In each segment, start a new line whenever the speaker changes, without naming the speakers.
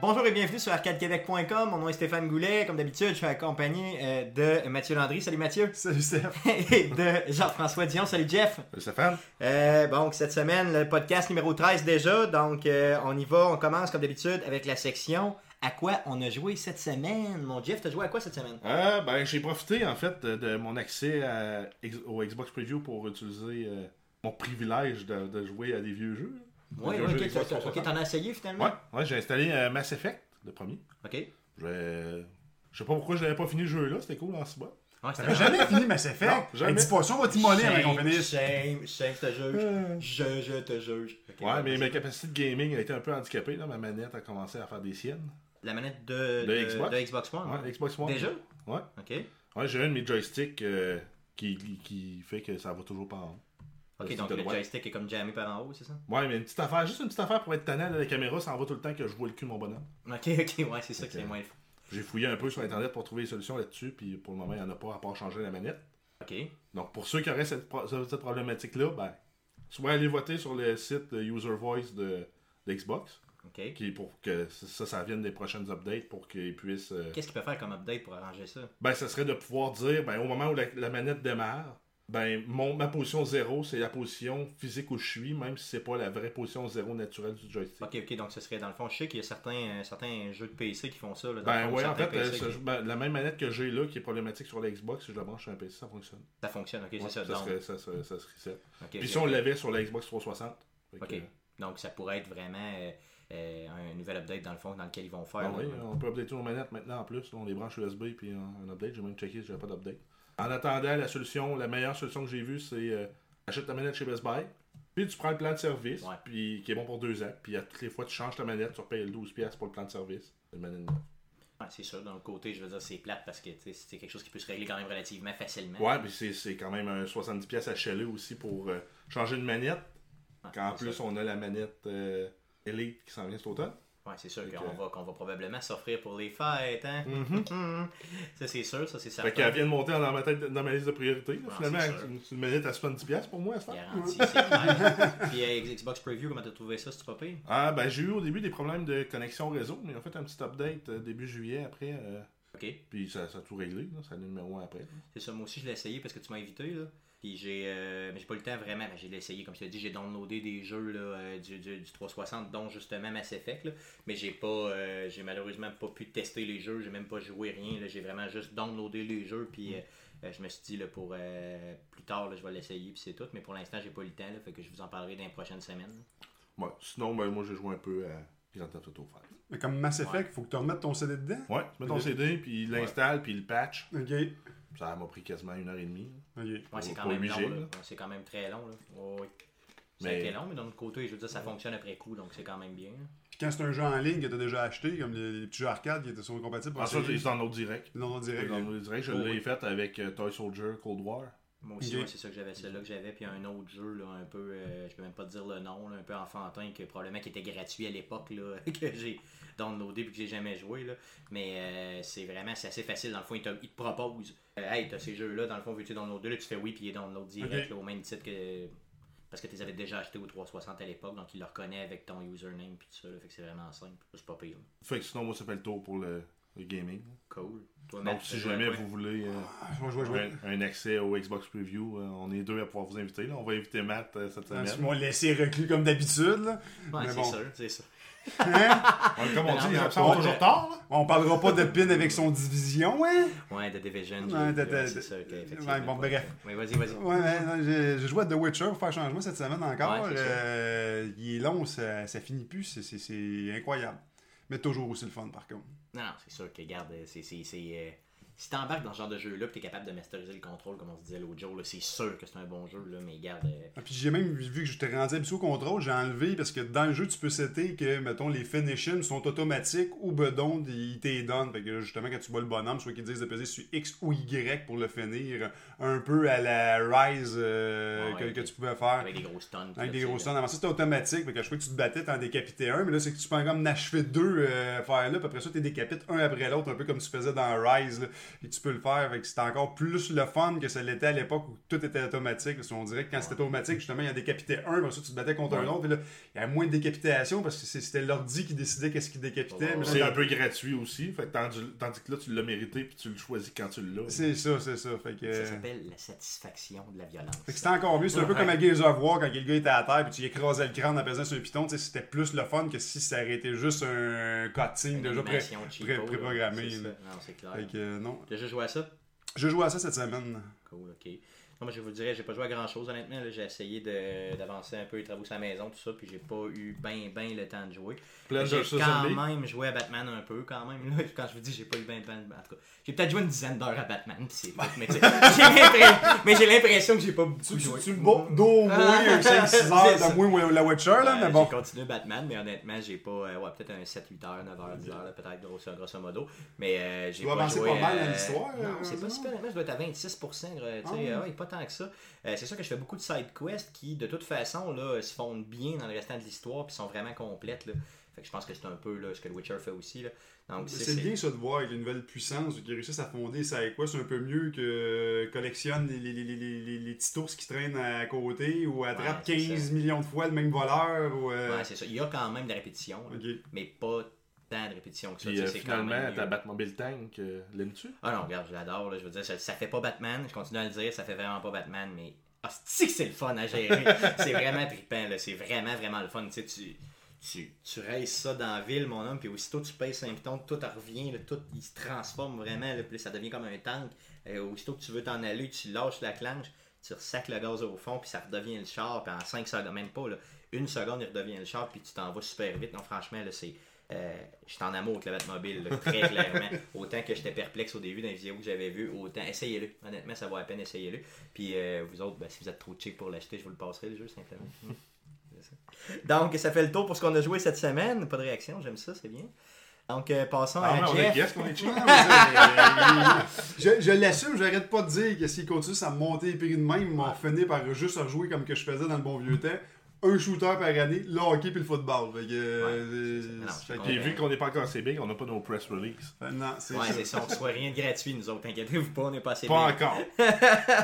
Bonjour et bienvenue sur arcadequebec.com. Mon nom est Stéphane Goulet. Comme d'habitude, je suis accompagné euh, de Mathieu Landry. Salut Mathieu.
Salut Steph.
et de Jean-François Dion. Salut Jeff.
Salut Stéphane.
Euh, donc, cette semaine, le podcast numéro 13 déjà. Donc, euh, on y va. On commence comme d'habitude avec la section à quoi on a joué cette semaine. Mon Jeff, t'as joué à quoi cette semaine?
Euh, ben, j'ai profité en fait de, de mon accès à- ex- au Xbox Preview pour utiliser euh, mon privilège de, de jouer à des vieux jeux. Des
Oui,
vieux
ok,
jeux
t'as-
Xbox
t'as- ok,
360.
t'en as essayé finalement?
Ouais, ouais, j'ai installé euh, Mass Effect, le premier.
Ok.
Je, je sais pas pourquoi je n'avais pas fini le jeu là, c'était cool en ce bas.
Ouais, c'était
T'avais jamais fini Mass Effect?
Non, jamais.
Hey, dis pas ça, on va t'immoler
hein,
avant qu'on
Shame,
finisse.
shame, shame, je te
Euh.
juge. Je, je te juge. Ok,
Ouais, mais ma
vas-y.
capacité de gaming a été un peu handicapée. Là. Ma manette a commencé à faire des siennes.
La manette de,
De
de-
Xbox?
de Xbox One.
Ouais, Xbox One.
Déjà?
Ouais.
Ok.
Ouais, j'ai un de mes joysticks euh, qui, qui fait que ça va toujours pas en haut.
Ok,
Aussi
donc
de
le
droite.
joystick est comme jammé par en haut, c'est ça?
Ouais, mais une petite affaire, juste une petite affaire pour être tannant de la caméra, ça en va tout le temps que je vois le cul de mon bonhomme.
Ok, ok, ouais, c'est ça que c'est
Ok.
moins. fou.
J'ai fouillé un peu sur Internet pour trouver des solutions là-dessus, puis pour le moment, il n'y en a pas à part changer la manette.
Ok.
Donc, pour ceux qui auraient cette, pro- cette cette problématique-là, ben, soit aller voter sur le site euh, User Voice de, d'Xbox,
Ok.
qui pour que ça, ça vienne des prochaines updates pour qu'ils puissent. euh,
Qu'est-ce qu'il peut faire comme update pour arranger ça?
ben, ça serait de pouvoir dire, ben, au moment où la, la manette démarre, ben, mon, ma position 0, c'est la position physique où je suis, même si c'est pas la vraie position 0 naturelle du joystick.
Ok, ok, donc ce serait dans le fond, je sais qu'il y a certains, euh, certains jeux de PC qui font ça. Là, dans le
Ben,
fond,
ouais, en
certains
fait, euh,
PC
ce-
qui-
ben, la même manette que j'ai là, qui est problématique sur la Xbox, si je la branche sur un PC, ça fonctionne.
Ça fonctionne, ok,
Ouais,
c'est ça.
ça,
donc,
serait, ça, serait- ça se reset.
ok,
Puis
ok,
si on euh.
ok.
l'avait sur la Xbox 360. fait que,
Ok. Donc ça pourrait être vraiment euh, euh, un nouvel update dans le fond dans lequel ils vont faire.
ben
là.
oui, on peut updater nos manettes maintenant en plus. On les branche USB puis un, un update. J'ai même checké si j'avais pas d'update. En attendant, la solution, la meilleure solution que j'ai vue, c'est euh, achète ta manette chez Best Buy. Puis tu prends le plan de service,
Ouais.
puis qui est bon pour deux ans. Puis à toutes les fois, tu changes ta manette, tu repayes le 12$ pour le plan de service. C'est une manette neuve. hein.
Ouais, c'est sûr, d'un autre côté, je veux dire, c'est plate parce que tu sais, c'est quelque chose qui peut se régler quand même relativement facilement.
Ouais, puis c'est- c'est quand même un 70$ à chaler aussi pour euh, changer une manette.
Ouais,
Quand en
c'est
plus,
sûr.
on a la manette euh, Elite qui s'en vient cet automne.
Ouais, c'est sûr
Fait
qu'on
que-
va, qu'on va probablement s'offrir pour les fêtes, hein? Mhm. ça, c'est sûr, ça, c'est certain.
Mm-hmm. Fait qu'elle vient de monter dans ma, tête, dans ma liste de priorités. là.
Ah,
Finalement,
c'est sûr.
une- une manette à 70$ pour moi, à ce temps.
Garanti, c'est clair. Puis euh, Xbox Preview, comment t'as trouvé ça, c'est pas pire?
Ah, ben j'ai eu au début des problèmes de connexion réseau, mais ils ont fait un petit update euh, début juillet après, euh,
Ok,
puis ça, ça a tout réglé, là, ça a le numéro 1 après. là.
c'est ça, moi aussi je l'ai essayé parce que tu m'as invité, là. Puis j'ai euh, mais j'ai pas eu le temps vraiment, mais j'ai essayé, comme je t'ai dit, j'ai downloadé des jeux là, euh, du, du, du 360, dont justement Mass Effect, là. mais j'ai pas, euh, j'ai malheureusement pas pu tester les jeux, j'ai même pas joué rien, là. j'ai vraiment juste downloadé les jeux, puis euh, euh, je me suis dit là, pour euh, plus tard, là, je vais l'essayer, puis c'est tout, mais pour l'instant j'ai pas eu le temps, là, fait que je vous en parlerai dans les prochaines semaines.
Ouais. Sinon, ben, moi j'ai joué un peu à Grand Theft Auto 5.
Mais comme Mass Effect, faut que tu remettes ton CD dedans.
Ouais, tu mets ton
Ok.
CD, puis il l'installe, puis il le patch.
Ok.
Ça m'a pris quasiment une heure et demie. là.
Ok.
Ouais, c'est
Pour-
quand
pour
même
8
long.
G,
là.
là.
Ouais, C'est quand même très long. Là. Ouais, ouais. Ça a
Mais-
été long, mais d'un autre côté, je veux dire, ça fonctionne après coup, donc c'est quand même bien. là.
Puis quand c'est un jeu en ligne que t'as déjà acheté, comme les, les petits jeux arcade qui étaient souvent compatibles
Ah, ça,
série,
c'est dans l'autre direct.
non, non, direct.
Dans l'autre direct, je
Oh,
l'ai
oui.
fait avec euh, Toy Soldier Cold War.
Moi aussi,
Ok.
ouais, c'est ça que j'avais, celle-là que j'avais, puis un autre jeu, là, un peu, euh, je peux même pas te dire le nom, là, un peu enfantin, que probablement qui était gratuit à l'époque, là, que j'ai downloadé puis que j'ai jamais joué, là. mais euh, c'est vraiment, c'est assez facile, dans le fond, ils te, ils te proposent, Euh, hey, t'as ces jeux-là, dans le fond, veux-tu downloader, là, tu fais oui, puis il est download direct,
Ok.
là, au même titre que, parce que tu les avais déjà achetés au 360 à l'époque, donc il le reconnaît avec ton username, puis tout ça, là, fait que c'est vraiment simple, c'est pas pire. là.
Fait que sinon, moi, ça fait le tour pour le, le gaming.
Cool. Toi,
Donc, si jamais vous voulez euh,
Ah, je vais jouer, je vais
un, un accès au Xbox Preview, euh, on est deux à pouvoir vous inviter. là. On va inviter Matt euh, cette
Ah,
jouer.
semaine.
Ils m'ont Hein, laissé reclus comme d'habitude. là.
Ouais,
Mais
c'est
bon.
sûr, c'est sûr.
Ouais, comme on
Mais
dit,
non,
les
mais
absents sont
on-
toujours tard. là.
On parlera pas de pin avec son division, hein?
Ouais, The Division. j'ai-
Ouais, de-
ouais,
de-
c'est
de-
ça, ok,
ouais,
effectivement.
bon, ben. bref.
Oui, vas-y, vas-y.
Ouais, mais non, j'ai j'ai joué à The Witcher pour faire changement cette semaine encore.
Ouais, c'est ça.
Euh, il est long, ça, ça finit plus, c'est- c'est- c'est incroyable. Mais toujours aussi le fun par contre.
Non, non, c'est sûr que, garde, c'est. c'est- c'est, euh, Si t'embarques dans ce genre de jeu-là, puis t'es capable de masteriser le contrôle, comme on se disait l'autre jour, là, c'est sûr que c'est un bon jeu, là, mais garde. euh,
Ah, Puis j'ai même vu que j'étais rendu habitué au contrôle, j'ai enlevé parce que dans le jeu, tu peux setter que, mettons, les finishims sont automatiques ou bedon, ils t'es donnent. Fait que justement, quand tu vois le bonhomme, soit qu'ils disent de peser sur X ou Y pour le finir, un peu à la Rise euh,
Ouais, ouais,
que, que
ok.
tu pouvais faire.
Avec des grosses tonnes.
Avec
tout
des
ça,
gros
là.
sons. Avant ça, c'était automatique. Fait que je crois que tu te battais, t'en décapitais un. Mais là, c'est que tu peux comme en achever deux euh, faire là. Puis après ça, t'es décapites un après l'autre, un peu comme tu faisais dans Rise. là. et tu peux le faire. Fait que c'est encore plus le fun que ça l'était à l'époque où tout était automatique. Parce qu'on dirait que quand c'était automatique, justement, il y en décapitait un, parce que tu te battais contre un autre. Et là, il y a moins de décapitation parce que c'est- c'était l'ordi qui décidait qu'est-ce qui décapitait.
Ouais,
mais là,
C'est
dans-
un peu gratuit aussi, fait que tandis, tandis que là, tu l'as mérité puis tu le choisis quand tu l'as.
c'est ça, c'est ça. Fait que,
Ça
euh,
s'appelle la satisfaction de la violence.
fait que c'était encore mieux. C'est un peu
Ouais.
comme à Gears of War quand le gars était à terre puis tu écrasais le crâne en pesant sur un piton. Tu sais, C'était plus le fun que si ça aurait été juste un cutting
Une
déjà pré-
animation cheapo,
pré-
là.
préprogrammé.
C'est ça.
là.
Non, c'est clair.
Fait que, euh, non.
T'as déjà joué à ça?
Je joue à ça cette semaine.
Cool, ok. Non, mais je vous dirais, j'ai pas joué à grand chose honnêtement. là. J'ai essayé de- d'avancer un peu les travaux sur la maison, tout ça, puis j'ai pas eu ben ben le temps de jouer.
Plants
J'ai
vs.
quand
Zombies.
même joué à Batman un peu, quand même. là. Quand je vous dis, j'ai pas eu ben ben. En tout cas, j'ai peut-être joué une dizaine d'heures à Batman, puis c'est tout, mais, tu sais, j'ai l'impres- mais j'ai l'impression que j'ai pas beaucoup
Tu, tu,
joué.
tu me bats Ah. d'au moins un 5-6
C'est
heures
ça.
de moins la Witcher, là, mais
Euh,
bon.
J'ai continué Batman, mais honnêtement, j'ai pas. euh, ouais, peut-être un 7, 8 heures, 9 heures, 10 heures, là, peut-être, grosso, grosso modo. Mais euh, j'ai
dois
pas
avancer
joué,
pas mal dans
euh,
l'histoire,
Non,
euh,
c'est pas
non?
si peu, honnêtement, je dois être à 26%, euh, tu
Ah
sais,
oui.
euh, ouais, pas tant que ça. Euh, c'est sûr que je fais beaucoup de side quests qui, de toute façon, là, se fondent bien dans le restant de l'histoire, puis sont vraiment complètes, là. Fait que je pense que c'est un peu là, ce que le Witcher fait aussi, là. Donc, c'est-
C'est
c'est-
bien ça de voir avec les nouvelles puissances qui réussissent à fonder ça et quoi, c'est un peu mieux que collectionne les, les, les, les, les, les petits ours qui traînent à côté ou attrape
c'est
15
ça.
millions de fois le même voleur ou. euh,
Ouais, c'est ça. Il y a quand même de la répétition, là,
ok.
mais pas tant de répétition que ça.
Puis
tu sais,
euh,
c'est quand même
finalement,
mieux.
ta Batmobile Tank, euh, l'aimes-tu?
Ah non, regarde, je l'adore, là, je veux dire, ça, ça fait pas Batman, je continue à le dire, ça fait vraiment pas Batman, mais hostie que c'est le fun à gérer. c'est vraiment trippant, là, c'est vraiment, vraiment le fun, tu sais, tu... Tu, tu races ça dans la ville, mon homme, puis aussitôt tu pèses un piton, tout revient, là, tout, il se transforme vraiment, là, puis là, ça devient comme un tank. Et Euh, aussitôt que tu veux t'en aller, tu lâches la clanche, tu ressacs le gaz au fond, puis ça redevient le char, puis en 5 secondes, même pas, là, une seconde, il redevient le char, puis tu t'en vas super vite. Non, franchement, là, c'est. euh, j'étais en amour avec la Batmobile, là, très clairement. autant que j'étais perplexe au début dans les vidéos que j'avais vues, autant essayez-le. Honnêtement, ça vaut la peine, essayez-le. Puis euh, vous autres, ben, si vous êtes trop cheap pour l'acheter, je vous le passerai le jeu simplement. Mm. C'est ça. Donc, ça fait le tour pour ce qu'on a joué cette semaine. Pas de réaction, j'aime ça, c'est bien. Donc, euh, passons
Ah, mais
à
on est
Jeff.
yes, on est cheap.
Euh,
je je l'assume, j'arrête pas de dire que s'ils continuent à me monter les prix de même, ils m'en finir par juste rejouer comme que je faisais dans le bon vieux temps. Un shooter par année, le hockey puis le football. Fait que, euh,
Ouais, c'est ça.
fait que-
Puis vu qu'on n'est pas encore assez big, on n'a pas nos press release.
Euh, non, c'est
Ouais,
ça.
c'est ça, on ne reçoit rien de gratuit, nous autres, inquiétez-vous pas, on n'est pas assez
Pas
bien.
encore.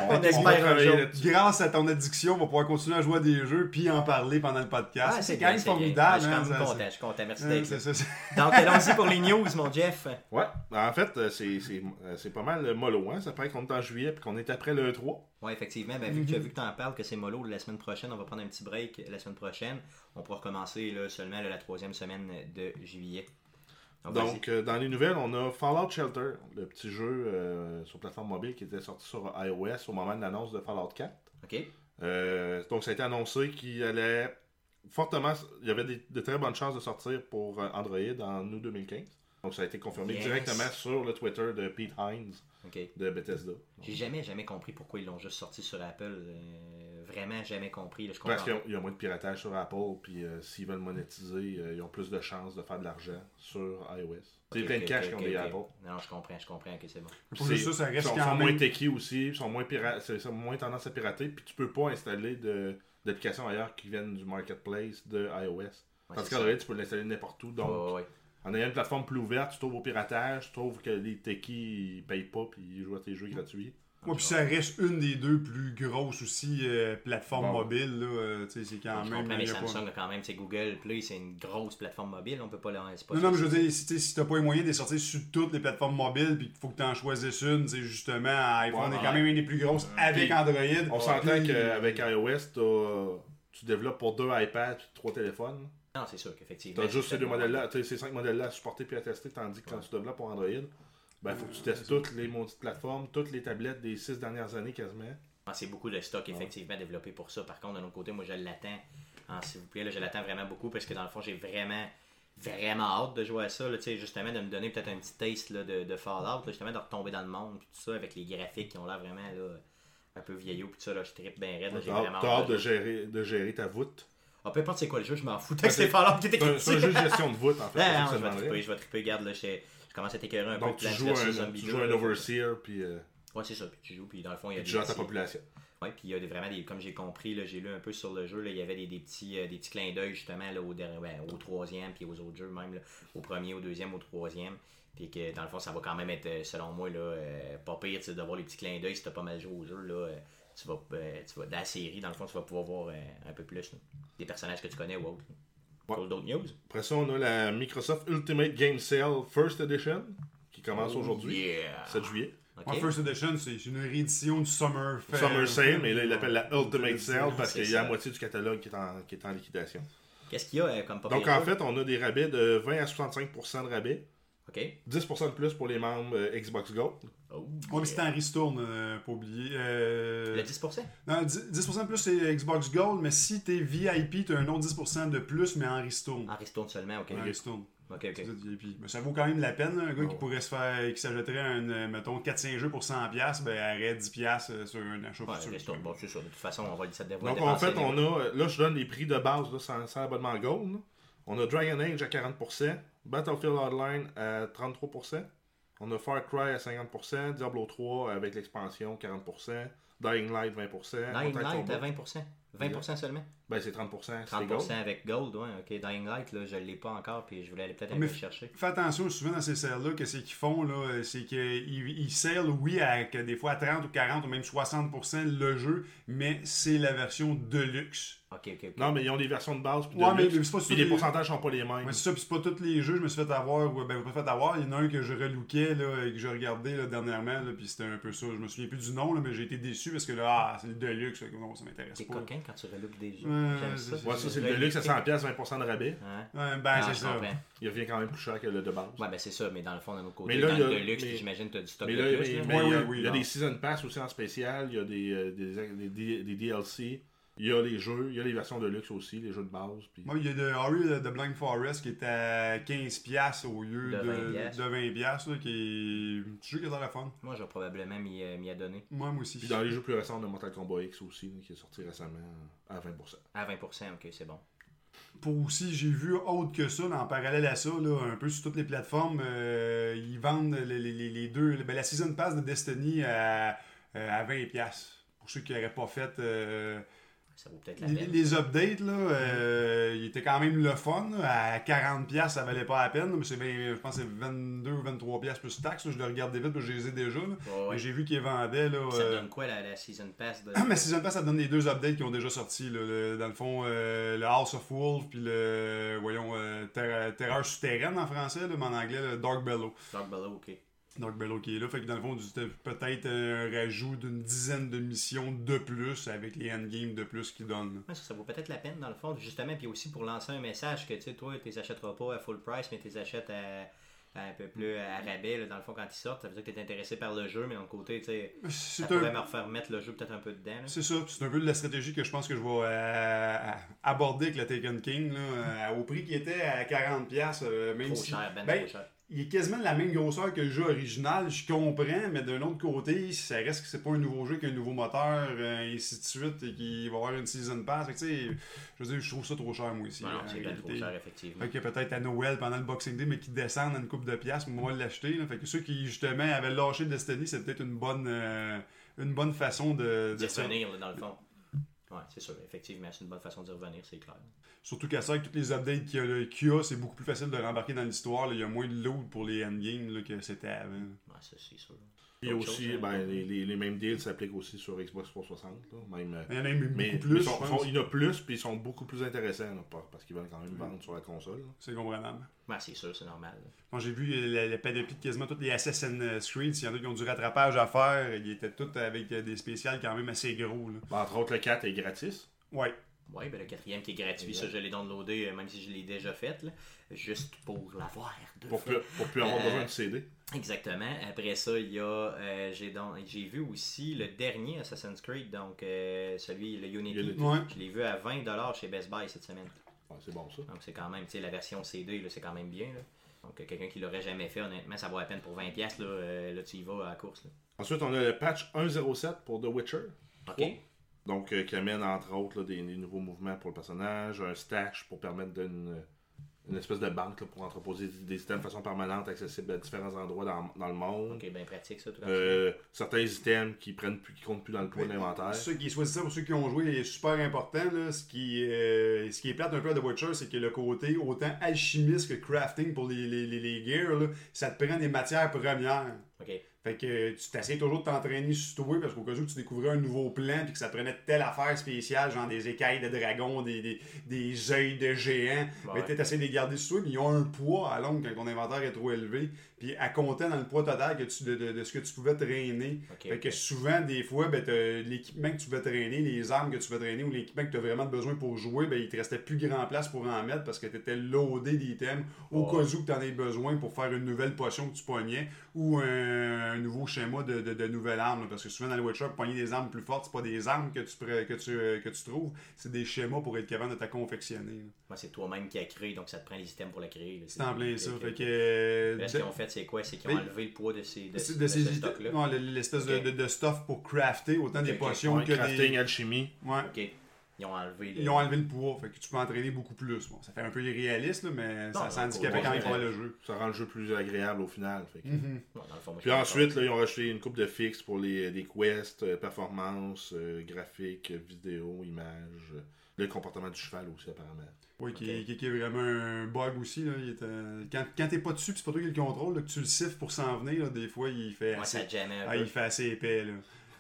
On
va
espère un
travailler
jour.
là-dessus.
Grâce à ton addiction, on va pouvoir continuer à jouer à des jeux puis en parler pendant le podcast.
Ah,
c'est quand
bien,
même
bien.
formidable.
Ouais,
hein,
Je suis quand même
ça-
content, je suis content, merci
ça- hein,
d'être là.
c'est ça, c'est-
Donc, allons-y pour les news, mon Jeff.
Ouais, en fait, euh, c'est- c'est euh, c'est pas mal euh, mollo, hein. Ça paraît qu'on est en juillet puis qu'on est après le 3.
Ouais, effectivement, ben, vu que tu as
Mm-hmm.
vu que tu en parles, que c'est mollo, la semaine prochaine, on va prendre un petit break la semaine prochaine. On pourra recommencer là, seulement là, la troisième semaine de juillet. Donc, vas-y.
Donc, euh, dans les nouvelles, on a Fallout Shelter, le petit jeu euh, sur plateforme mobile qui était sorti sur iOS au moment de l'annonce de Fallout 4.
OK?
Euh, donc, ça a été annoncé qu'il allait fortement. Il y avait des- de très bonnes chances de sortir pour euh, Android en août 2015. Donc, ça a été confirmé
Yes.
directement sur le Twitter de Pete Hines
OK.
de Bethesda. Donc,
J'ai jamais, jamais compris pourquoi ils l'ont juste sorti sur Apple. Euh, vraiment, jamais compris. là, je comprends.
parce qu'il y a- il y a moins de piratage sur Apple, puis euh, s'ils veulent monétiser, euh, ils ont plus de chances de faire de l'argent sur iOS. C'est
Ok,
plein
ok,
de cash
ok,
qu'ont
ok,
les
ok.
Apple.
Non, je comprends, je comprends que c'est bon.
Pour juste ça, ça
Ils
reste
sont,
quand
sont moins
même.
techy aussi, ils sont moins, pira- c'est- ils sont moins tendance à pirater, puis tu peux pas installer de- d'applications ailleurs qui viennent du marketplace de iOS.
Ouais,
Parce
c'est
qu'Android, tu peux l'installer n'importe où.
ça.
Donc,
Ouais, ouais, ouais.
en ayant une plateforme plus ouverte, tu trouves au piratage, tu trouves que les techies ils payent pas puis ils jouent à tes jeux gratuits.
Ouais, puis ça reste une des deux plus grosses aussi euh, plateformes
Bon.
mobiles. là, euh, tu sais, c'est quand
Je
même.
comprends, mais
il y a pas-
Samsung a quand même, c'est Google Play, c'est une grosse plateforme mobile, on peut pas la. c'est pas
Non, non, mais je
ça.
veux dire, si, tu sais, si t'as pas les moyens de les sortir sur toutes les plateformes mobiles, puis qu'il faut que t'en choisisses une, tu sais, justement, iPhone
Ouais,
est
ouais.
quand même une des plus grosses avec
Puis,
Android.
On s'entend
Puis-
qu'avec iOS, t'as- tu développes pour deux iPads puis trois téléphones.
Non, c'est sûr qu'effectivement.
T'as juste ces deux
c'est-
modèles-là, t'as ces cinq modèles-là à supporter puis à tester, tandis que quand tu développes pour Android, ben faut que tu testes toutes les maudites plateformes, toutes les tablettes des six dernières années quasiment.
Ah, C'est beaucoup de stock effectivement développé pour ça. Par contre, d'un autre côté, moi je l'attends. hein, S'il vous plaît, là, je l'attends vraiment beaucoup parce que dans le fond, j'ai vraiment, vraiment hâte de jouer à ça. là, tu sais, justement, de me donner peut-être un petit taste là, de, de Fallout, là, justement, de retomber dans le monde, puis tout ça, avec les graphiques qui ont l'air vraiment là, un peu vieillot, puis tout ça, là, je trippe bien raide. là, J'ai
T'as
vraiment
hâte- t'as hâte de
jouer.
gérer, de gérer ta voûte.
Ah, peu importe c'est quoi le jeu, je m'en fous. Tant que
c'est-
c'est Fallout qui était
C'est un- c'est un
critique.
jeu de gestion de voûte en fait. c'est
Ah,
ça
non,
que ça
je vais
demanderait.
triper, je vais triper. Regarde, là, je, je commence à t'écœurer un peu.
Donc
de
tu
Plants
joues
vs.
un,
Zombies
tu
deux,
joues un
là.
overseer puis euh,
Ouais, c'est ça. Puis tu joues, puis dans le fond, il y a
Tu gères ta
petits-
population.
Ouais, puis il y a des- vraiment des. Comme j'ai compris, là, j'ai lu un peu sur le jeu, là, il y avait des, des petits, euh, des petits clins d'œil justement là, au, derni- ouais, au troisième, puis aux autres jeux même, là, au premier, au deuxième, au troisième. Puis que dans le fond, ça va quand même être, euh, selon moi, là, euh, pas pire tu sais, de voir les petits clins d'œil si t'as pas mal joué au jeu. Là, euh, tu vas, euh, tu vas, dans la série, dans le fond, tu vas pouvoir voir euh, un peu plus là, des personnages que tu connais ou autres. là.
Ouais.
Pour d'autres news.
Après ça, on a la Microsoft Ultimate Game Sale First Edition qui commence aujourd'hui,
Oh, Yeah.
7 juillet.
Ok.
Ouais, First Edition, c'est c'est une réédition du Summer Fair.
Summer Sale, mais là, il l'appelle la Ultimate Sale parce
c'est
qu'il y a
ça.
la moitié du catalogue qui est en, qui est en liquidation.
Qu'est-ce qu'il y a euh, comme pas
Donc,
pire
en
jeu?
fait, on a des rabais de 20 à 65% de rabais,
Ok.
10% de plus pour les membres euh, Xbox Gold.
Oh,
Ouais, mais
yeah.
c'était en ristourne, euh, pas oublier. Euh,
Le 10%?
non, 10%, 10% de plus, c'est Xbox Gold, mais si t'es VIP, t'as un autre 10% de plus, mais en ristourne.
En ristourne seulement, Ah, ok.
En ristourne.
Ok, ok.
Vous êtes VIP. Mais ça vaut quand même la peine, là, un gars
Ah
qui
ouais.
pourrait se faire, qui s'ajouterait un, euh, mettons, 4-5 jeux pour 100$, ben, arrête 10$ euh, sur un achat
Ouais,
futur.
restaure. Bon, c'est ça. De toute façon, on va le ça devrait
Donc, en
dépenser
fait,
les-
on a. euh, Là, je donne les prix de base là, sans, sans abonnement Gold. là. On a Dragon Age à 40%, Battlefield Hardline à 33%, on a Far Cry à 50%, Diablo 3 avec l'expansion 40%, Dying Light 20%.
Dying
Mortal
Light
Kombat,
à 20%. 20% seulement.
Ben, c'est 30%, c'est Gold.
30% avec Gold, ouais. Ok, Dying Light, là, je l'ai pas encore, puis je voulais aller
Ah,
peut-être aller
Mais
le
f-
chercher.
Fais attention souvent dans ces sales-là, que c'est qu'ils font, là, euh, c'est qu'ils ils sellent, oui, à, que des fois à 30 ou 40 ou même 60% le jeu, mais c'est la version de luxe.
Ok, ok, ok.
Non, mais ils ont des versions de base. Puis de
Ouais, mais
luxe,
c'est pas
puis
sûr
les
les-
pourcentages sont pas les mêmes.
Moi, c'est ça, puis c'est pas tous les jeux, je me suis fait avoir, ou ben, je me suis fait avoir, il y en a un que je relookais, là, et que je regardais là, dernièrement, là, puis c'était un peu ça, je me souviens plus du nom, là, mais j'ai été déçu parce que là, ah, c'est le Deluxe, fait que non, ça m'intéresse
T'es
pas.
coquin quand tu reloupes des jeux.
Ouais,
J'aime
c'est-
ça.
c'est-
Ouais, ça, c'est le luxe à 100$, 20% de rabais.
Hein?
Ouais, ben,
Ah,
c'est
je
ça.
comprends.
Il revient quand même plus cher que le de base.
Ouais, ben c'est ça, mais dans le fond, de nos côtés,
Mais là,
dans
il y a-
le Deluxe,
mais-
j'imagine que tu as du stock
Mais
de
là, mais-
plus. là.
mais
Oui,
il y a,
oui, oui,
il y a
non.
des Season Pass aussi en spécial, il y a des, euh, des, des- des DLC, il y a les jeux, il y a les versions de luxe aussi, les jeux de base. puis-
Moi, il y a de ah Harry de, de Blind Forest qui est à 15$ au lieu
De
de
20$.
20$, de, 20$ là, qui est. Tu jeu qui a l'air le fun.
Moi, je vais probablement m'y euh, m'y adonner.
Moi, moi aussi.
Puis dans les jeux plus récents, on a Mortal Kombat X aussi, qui est sorti récemment à 20%.
À 20%, ok, c'est bon.
Pour aussi, j'ai vu autre que ça, là, en parallèle à ça, là, un peu sur toutes les plateformes, euh, ils vendent les, les- les- les deux. ben, la Season Pass de Destiny à, euh, à 20$. Pour ceux qui n'auraient pas fait. euh,
Ça vaut peut-être la
les,
peine.
les updates, là, euh, ils étaient quand même le fun. là. À 40$, ça valait pas la peine. Mais c'est bien- je pense que c'est 22 ou 23$ plus taxes. là. Je le regardais vite, parce que je les ai déjà. là.
Ouais, ouais.
Mais J'ai vu qu'ils vendaient. Là,
Ça
euh, Ah,
donne quoi la, la Season Pass de...
Mais Season Pass, ça donne les deux updates qui ont déjà sorti. là, le- dans le fond, euh, le House of Wolves puis le, voyons, euh, Terre- Terreur souterraine en français, là, mais en anglais, le Dark Bellow.
Dark Below, ok.
Dark Bellow qui est là. Fait que dans le fond, c'était peut-être un rajout d'une dizaine de missions de plus avec les endgames de plus qu'ils donnent.
Ouais, ça, ça vaut peut-être la peine dans le fond, justement, puis aussi pour lancer un message que tu sais, toi, tu les achèteras pas à full price, mais tu les achètes à, à un peu plus à rabais, là, dans le fond, quand ils sortent. Ça veut dire que tu es intéressé par le jeu, mais d'un côté, tu sais, ça
C'est un-
pourrait me refaire mettre le jeu peut-être un peu dedans. là.
C'est ça, c'est un peu de la stratégie que je pense que je vais euh, aborder avec le Taken King. là, euh, au prix qui était à 40$, euh, même
Trop
si-
cher, ben,
ben,
trop cher.
Il est quasiment de la même grosseur que le jeu original, je comprends, mais d'un autre côté, ça reste que c'est pas un nouveau jeu qu'un nouveau moteur, euh, et ainsi de suite, et qu'il va avoir une season pass. Fait que, tu sais, je veux dire, je trouve ça trop cher, moi, aussi.
Ben Non, non,
en
c'est bien trop
réalité.
cher, effectivement.
Fait que peut-être à Noël pendant le Boxing Day, mais qui descendent à une coupe de piastres, moi, l'acheter. là. Fait que ceux qui, justement, avaient lâché Destiny, c'est peut-être une bonne, euh, une bonne façon de,
D'y
de faire.
revenir, là, dans le fond. Ouais, c'est sûr, effectivement, c'est une bonne façon d'y revenir, c'est clair.
Surtout qu'à ça, avec toutes les updates qu'il y a, là, qu'il y a, c'est beaucoup plus facile de rembarquer dans l'histoire. là. Il y a moins de load pour les endgames là, que c'était avant.
Ouais, ça, c'est sûr.
Et
Autre
aussi,
chose, hein.
ben, les, les- les mêmes deals s'appliquent aussi sur Xbox 360, là, même. euh,
Il y en a même
Mais,
beaucoup
mais
plus,
sont-
je pense.
sont- il y en a plus, puis ils sont beaucoup plus intéressants, là, par- parce qu'ils veulent quand même vendre sur la console. là.
C'est comprenable.
Ouais, c'est sûr, c'est normal. là.
Quand j'ai vu euh, la, la panoplie de quasiment tous les Assassin's Creed, s'il y en a qui ont du rattrapage à faire, ils étaient tous avec euh, des spéciales quand même assez gros. Là.
Ben, Entre autres, le 4 est gratis.
Ouais.
Ouais, ben le quatrième qui est gratuit, ça je l'ai downloadé, euh, même si je l'ai déjà fait, là, juste pour l'avoir deux
Pour
fois.
plus, pour plus avoir
Euh,
besoin de CD.
Exactement. Après ça, il y a euh, j'ai donc j'ai vu aussi le dernier Assassin's Creed, donc euh, celui le Unity.
Unity.
Ouais.
Je l'ai vu à 20$ chez Best Buy cette semaine.
Ouais, c'est bon ça.
Donc c'est quand même, tu sais, la version CD, là, c'est quand même bien. là. Donc euh, quelqu'un qui l'aurait jamais fait, honnêtement, ça vaut à peine pour 20$, là, euh, là tu y vas à la course. là.
Ensuite, on a le patch 1.07 pour The Witcher.
OK?
Ouais. Donc, euh, qui amène entre autres là, des, des nouveaux mouvements pour le personnage, un stash pour permettre d'une- une, une espèce de banque là, pour entreposer des items de façon permanente, accessible à différents endroits dans, dans le monde.
Oh, Ok, bien pratique ça. tout comme
Euh, certains items qui prennent plus, qui comptent plus dans le poids de l'inventaire.
Ceux qui choisissaient pour ceux qui ont joué est super important. là. Ce, qui, euh, ce qui est plate un peu à The Witcher, c'est que le côté autant alchimiste que crafting pour les, les, les, les gears, là, ça te prend des matières premières.
ça. Ok.
Fait que euh, tu t'essayes toujours de t'entraîner sur toi parce qu'au cas où tu découvrais un nouveau plan puis que ça prenait telle affaire spéciale, genre des écailles de dragon, des, des, des œils de géants,
Ouais.
mais t'essayes de les garder sur toi, mais ils ont un poids à longue quand ton inventaire est trop élevé, puis à compter dans le poids total que tu, de, de- de ce que tu pouvais traîner.
Ok,
Fait que souvent, des fois, ben, t'as l'équipement que tu veux traîner, les armes que tu veux traîner ou l'équipement que tu as vraiment besoin pour jouer, ben, il te restait plus grand place pour en mettre parce que tu étais loadé d'items au
Ouais.
cas où tu en aies besoin pour faire une nouvelle potion que tu pognais ou un, un nouveau schéma de, de, de nouvelles armes. là. parce que souvent dans le Witcher, pogner des armes plus fortes, c'est pas des armes que tu, pre- que tu, euh, que tu trouves, c'est des schémas pour être capable de t'a confectionner. là.
Moi, c'est toi-même qui a créé, donc ça te prend les items pour la créer. là.
C'est en plein ça.
Ok,
Fait
ok.
que. euh,
Là, ce qu'ils ont fait, c'est quoi C'est qu'ils ont
Mais-
enlevé le poids de ces, de,
de-
de
de ces
ce
items-
stock-là.
non, l'espèce de-
Ok.
de, de stuff pour crafter, autant des
Ok,
potions
Ouais,
que
crafting,
des.
alchimie.
Ouais.
Ok. Ils ont enlevé. le-
Ils ont enlevé le poids, fait que tu peux entraîner beaucoup plus. Bon, ça fait un peu irréaliste, là, mais ça
non,
s'handicapait
faut-
quand
faut-
même pas mal le jeu.
Euh,
Mhm.
Ça rend le jeu plus agréable au final. fait que-
Ouais, dans le fond, moi,
Puis
je suis
ensuite, là, ils ont rajouté une coupe de fixe pour les, les quests, euh, performances, euh, graphiques, euh, vidéos, images, euh, le comportement du cheval aussi apparemment.
Oui, qui,
Ok.
qui- qui est vraiment un bug aussi. Là. Il est, euh, quand quand t'es pas dessus, pis c'est pas toi qui le contrôle, là, que tu le siffles pour s'en venir, là, des fois, il fait,
d'accord. Moi,
assez,
ça jamais.
ah, il fait assez épais. Là.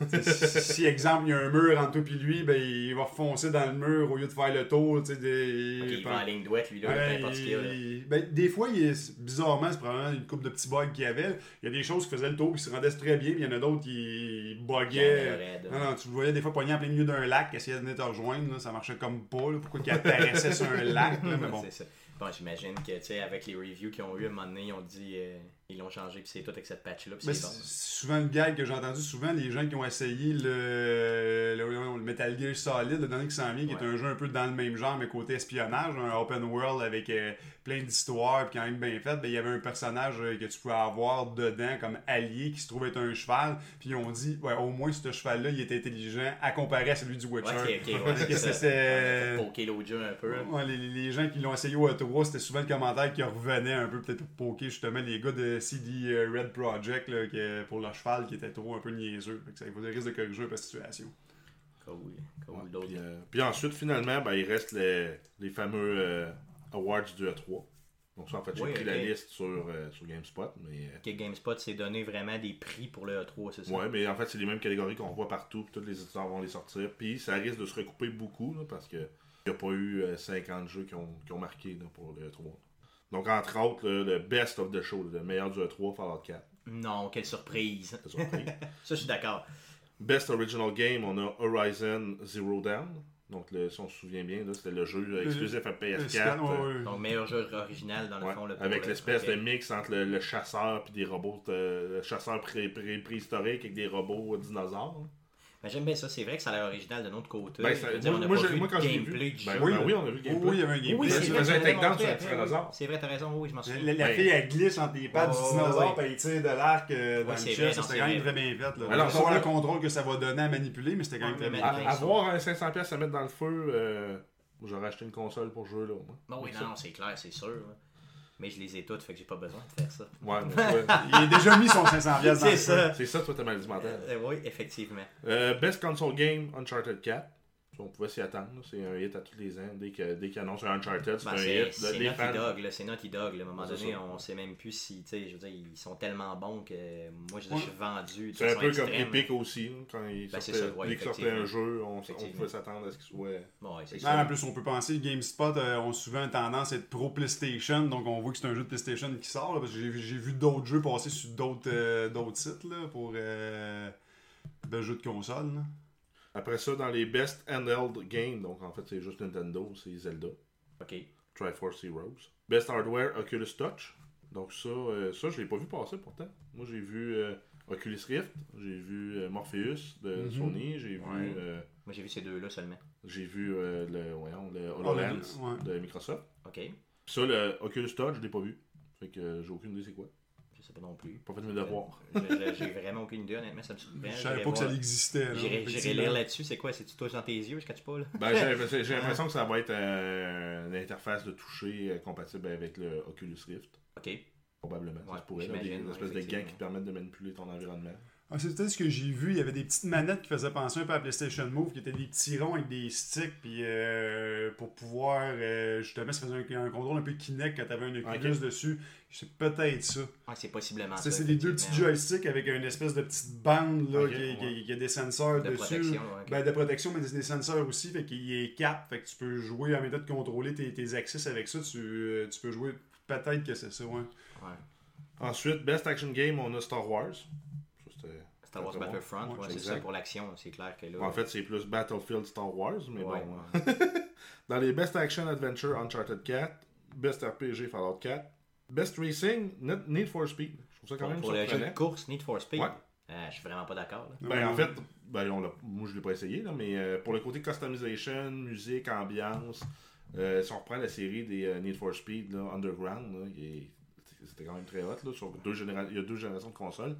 T'sais, si, si, exemple, il y a un mur entre toi et lui, ben, il va foncer dans le mur au lieu de faire le tour. t'sais, des-
il va en ligne droite, lui, là, peu
Ouais,
importe ce
il-
qu'il y a. là.
il- ben, des fois, il est- bizarrement, c'est probablement une coupe de petits bugs qu'il y avait. Il y a des choses qui faisaient le tour qui se rendaient très bien, puis il y en a d'autres qui
Jamais
buguaient.
raide,
Non, non, tu le voyais des fois pogné en plein milieu d'un lac, qui essayait de venir te rejoindre, là, ça marchait comme pas, là, pourquoi qu'il apparaissait sur un lac, là, mais bon.
C'est ça. Bon, j'imagine que, tu sais, avec les reviews qu'ils ont eu, à un moment donné, ils ont dit. euh, ils l'ont changé, puis c'est tout avec cette patch-là, puis
Ben,
c'est
c'est
bon.
c'est souvent le gag que j'ai entendu, souvent les gens qui ont essayé le, le, le- le Metal Gear Solid, le dernier qui s'en vient, qui
Ouais.
est un jeu un peu dans le même genre, mais côté espionnage, un open world avec euh, plein d'histoires, puis quand même bien fait, ben, il y avait un personnage euh, que tu pouvais avoir dedans comme allié qui se trouvait être un cheval, puis on dit, ouais, au moins ce cheval-là, il est intelligent à comparer à celui du
Ouais,
Witcher.
ok, ok, ouais,
Que
c'est
c'est-
ça. Ouais,
c'est-
Pour poker l'autre jeu un peu. hein. là.
Ouais, les, les gens qui l'ont essayé au E3, c'était souvent le commentaire qui revenait un peu, peut-être pour poker justement les gars de CD euh, Red Project là, que- pour leur cheval qui était trop un peu niaiseux. Fait que ça il risque de corriger un peu la situation.
Cool.
Ouais,
Cool. D'autres.
puis, euh, puis ensuite, finalement, ben, il reste les, les fameux euh, awards du E3. Donc ça, en fait, j'ai
Oui,
pris
ok.
la liste sur, euh, sur GameSpot, mais... euh,
Que GameSpot s'est donné vraiment des prix pour le E3, c'est ça?
Ouais, mais en fait, c'est les mêmes catégories qu'on voit partout, puis tous les éditeurs vont les sortir. Puis ça risque de se recouper beaucoup, là, parce qu'il n'y a pas eu euh, 50 jeux qui ont, qui ont marqué là, pour le 3. Donc, entre autres, le, le best of the show, le meilleur du 3, Fallout 4.
Non, quelle surprise.
c'est surpris.
Ça, je suis d'accord.
best original game, on a Horizon Zero Down. Donc, le, si on se souvient bien, là, c'était le jeu exclusif à
Euh,
PS4.
Scan, ouais,
euh,
ouais.
Donc, meilleur jeu original dans le
Ouais,
fond. là, pour
avec
le-
l'espèce
ok.
de mix entre le, le chasseur puis des robots, euh, le chasseur pré- pré- préhistorique avec des robots euh, dinosaures.
Ben, J'aime bien ça, c'est vrai que ça a l'air original de notre côté. Je
Ben, ça-
veux dire, on
moi,
n'a
moi,
pas
j'ai-
vu
moi,
de
quand je l'ai
gameplay
vu,
du
ben,
jeu.
ben oui, on a vu le
Oui,
gameplay.
oui, il y avait un gameplay.
Oui,
Ben,
c'est
tu
vrai.
faisais
tu
un
l'as
takedown
montré
sur un
après,
tyrannosaure.
oui. C'est vrai, t'as raison, oui, je m'en
La,
souviens.
la
Ouais.
fille, elle glisse entre les pattes
Ouais,
du dinosaure,
ouais.
puis elle tire de l'arc euh,
Ouais,
dans
c'est
le
vrai,
chest.
non,
ça, C'était
c'est
quand même
vrai.
très bien fait. Là.
Alors,
Alors, savoir
ça-
le contrôle que ça va donner à manipuler, mais c'était quand même
Ouais,
très
mais
bien
maintenant,
fait.
ils
À-
sont-
avoir un 500$ à mettre dans le feu, euh, j'aurais acheté une console pour jouer là au moins.
Ben oui, non, non, c'est clair, c'est sûr. là. Mais je les ai toutes, fait que j'ai pas besoin de faire ça.
Ouais, mais toi,
Il a déjà mis son 500$ dans le jeu.
c'est ça, toi, ta maladie mentale.
Euh, oui, effectivement.
Euh, best console game, Uncharted 4. On pouvait s'y attendre, là. c'est un hit à tous les ans. Dès que- dès qu'ils annoncent un Uncharted, c'est
Ben,
un
c'est
hit.
c'est
Les
Naughty
fans-
Dog, là, c'est Naughty Dog. là. À un moment
Ouais, c'est
donné,
ça.
on sait même plus si, tu sais, je veux dire, ils sont tellement bons que moi, je, veux dire, je suis vendu. de
C'est un
façon
peu comme
extrême.
Epic aussi, hein, quand ils
Ben, c'est
sortaient,
ça, ouais,
dès qu'ils sortaient un jeu, on, on
Effectivement.
pouvait s'attendre à ce qu'il soit.
Bon, ouais, c'est
Excellent.
ça.
Ah, en plus, on peut penser que GameSpot euh, ont souvent tendance à être pro PlayStation, donc on voit que c'est un jeu de PlayStation qui sort, là, parce que j'ai vu- j'ai vu d'autres jeux passer sur d'autres euh, d'autres sites là, pour euh, de jeux de console. là.
Après ça, dans les best handheld game, donc en fait c'est juste Nintendo, c'est Zelda,
Ok.
Triforce Heroes. Best hardware, Oculus Touch. Donc ça, euh, ça je l'ai pas vu passer pourtant. Moi j'ai vu euh, Oculus Rift, j'ai vu euh, Morpheus de
Mhm.
Sony,
Ouais.
j'ai vu, euh,
Moi, j'ai vu ces deux-là seulement.
j'ai vu euh, le, voyons, le HoloLens
ouais.
de Microsoft.
Ok.
Puis ça, le Oculus Touch, je l'ai pas vu. Fait que euh, j'ai aucune idée c'est quoi.
Je sais pas non plus.
Pas fait de mes devoirs.
Je- je- J'ai vraiment aucune idée, honnêtement, ça me surprend.
Je
Ben, J'irai
savais pas que ça
voir.
existait. là,
J'irai j'irai
effectivement.
lire là-dessus, c'est quoi C'est-tu toi dans tes yeux, je catch pas là
Ben, j'ai- j'ai j'ai l'impression que ça va être euh, une interface de toucher euh, compatible avec le Oculus Rift.
Ok.
Probablement.
Ouais,
ça se pourrait. là, des,
j'imagine,
des
ouais,
espèces de gants qui
effectivement.
permettent de manipuler ton environnement.
Ah, c'est peut-être ce que j'ai vu. Il y avait des petites manettes qui faisaient penser un peu à PlayStation Move, qui étaient des petits ronds avec des sticks, puis euh, pour pouvoir euh, justement, ça faisait un, un contrôle un peu Kinect quand t'avais un Oculus
Ok.
dessus. C'est peut-être ça.
Ouais, c'est possiblement
C'est
Ah, ça.
c'est des deux petits
effectivement.
joysticks avec une espèce de petite bande là,
Ok,
qui, qui-
ouais.
qui a des senseurs
de
dessus.
protection. ouais, ok.
Ben, de protection, mais des des senseurs aussi, fait qu'il est cap, fait que tu peux jouer en même temps de contrôler tes, tes axes avec ça, tu, euh, tu peux jouer peut-être que c'est ça, ouais.
Ouais.
Ensuite, Best Action Game, on a Star Wars. Ça, c'était-
Star Wars
Ouais,
Battlefront,
ouais,
ouais, c'est
exact.
ça pour l'action, c'est clair que là.
En fait, c'est plus Battlefield Star Wars, mais
ouais,
bon. hein.
ouais.
Dans les Best Action Adventure, Uncharted 4. Best RPG, Fallout 4. Best Racing, Need Need for Speed. Je trouve ça quand
pour,
même
pour le jeu de
surprenant.
course Need for Speed,
Ouais.
euh, je suis vraiment pas d'accord. là.
Ben, en fait, ben, on l'a- moi je l'ai pas essayé, là, mais euh, pour le côté customisation, musique, ambiance, euh, si on reprend la série des euh, Need for Speed là, Underground, là, il est- c'était quand même très hot. Là, sur deux généra- il y a deux générations de consoles.